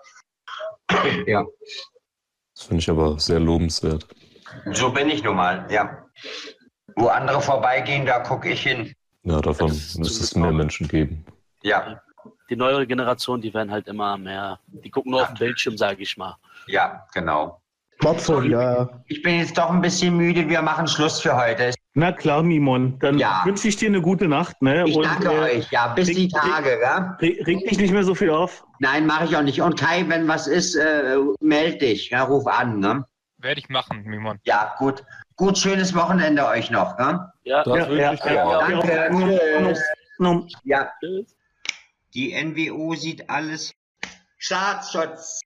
ja.
Das finde ich aber sehr lobenswert.
So bin ich nun mal, ja. Wo andere vorbeigehen, da gucke ich hin.
Ja, davon
Das ist
müsste es
zumindest
mehr
auch-
Menschen geben.
Ja,
Die neuere Generation, die werden halt immer mehr. Die gucken nur auf den Bildschirm, sage ich mal.
ja, genau.
Smartphone, ja, ja.
Ich bin jetzt doch ein bisschen müde. Wir machen Schluss für heute.
Na klar, Mimon. Dann
Ja.
wünsche ich dir eine gute Nacht. Ne?
Ich
Und,
danke
äh,
euch. Ja, bis
dick,
die
dick.
Tage, ja?
Re reg dich nicht mehr so viel auf.
Nein, mache ich auch nicht. Und Kai, wenn was ist, äh, meld dich. Ja, ruf an. Ne?
Werde ich machen, Mimon.
Ja, gut. Gut, schönes Wochenende euch noch. Ne?
Ja,
Das
Ja,
wünsche
ja,
ich
ja,
dir auch.
ja,
Danke.
ja. Nom, nom, nom.
Ja.
tschüss.
Die NWO sieht alles. Staatsschutz.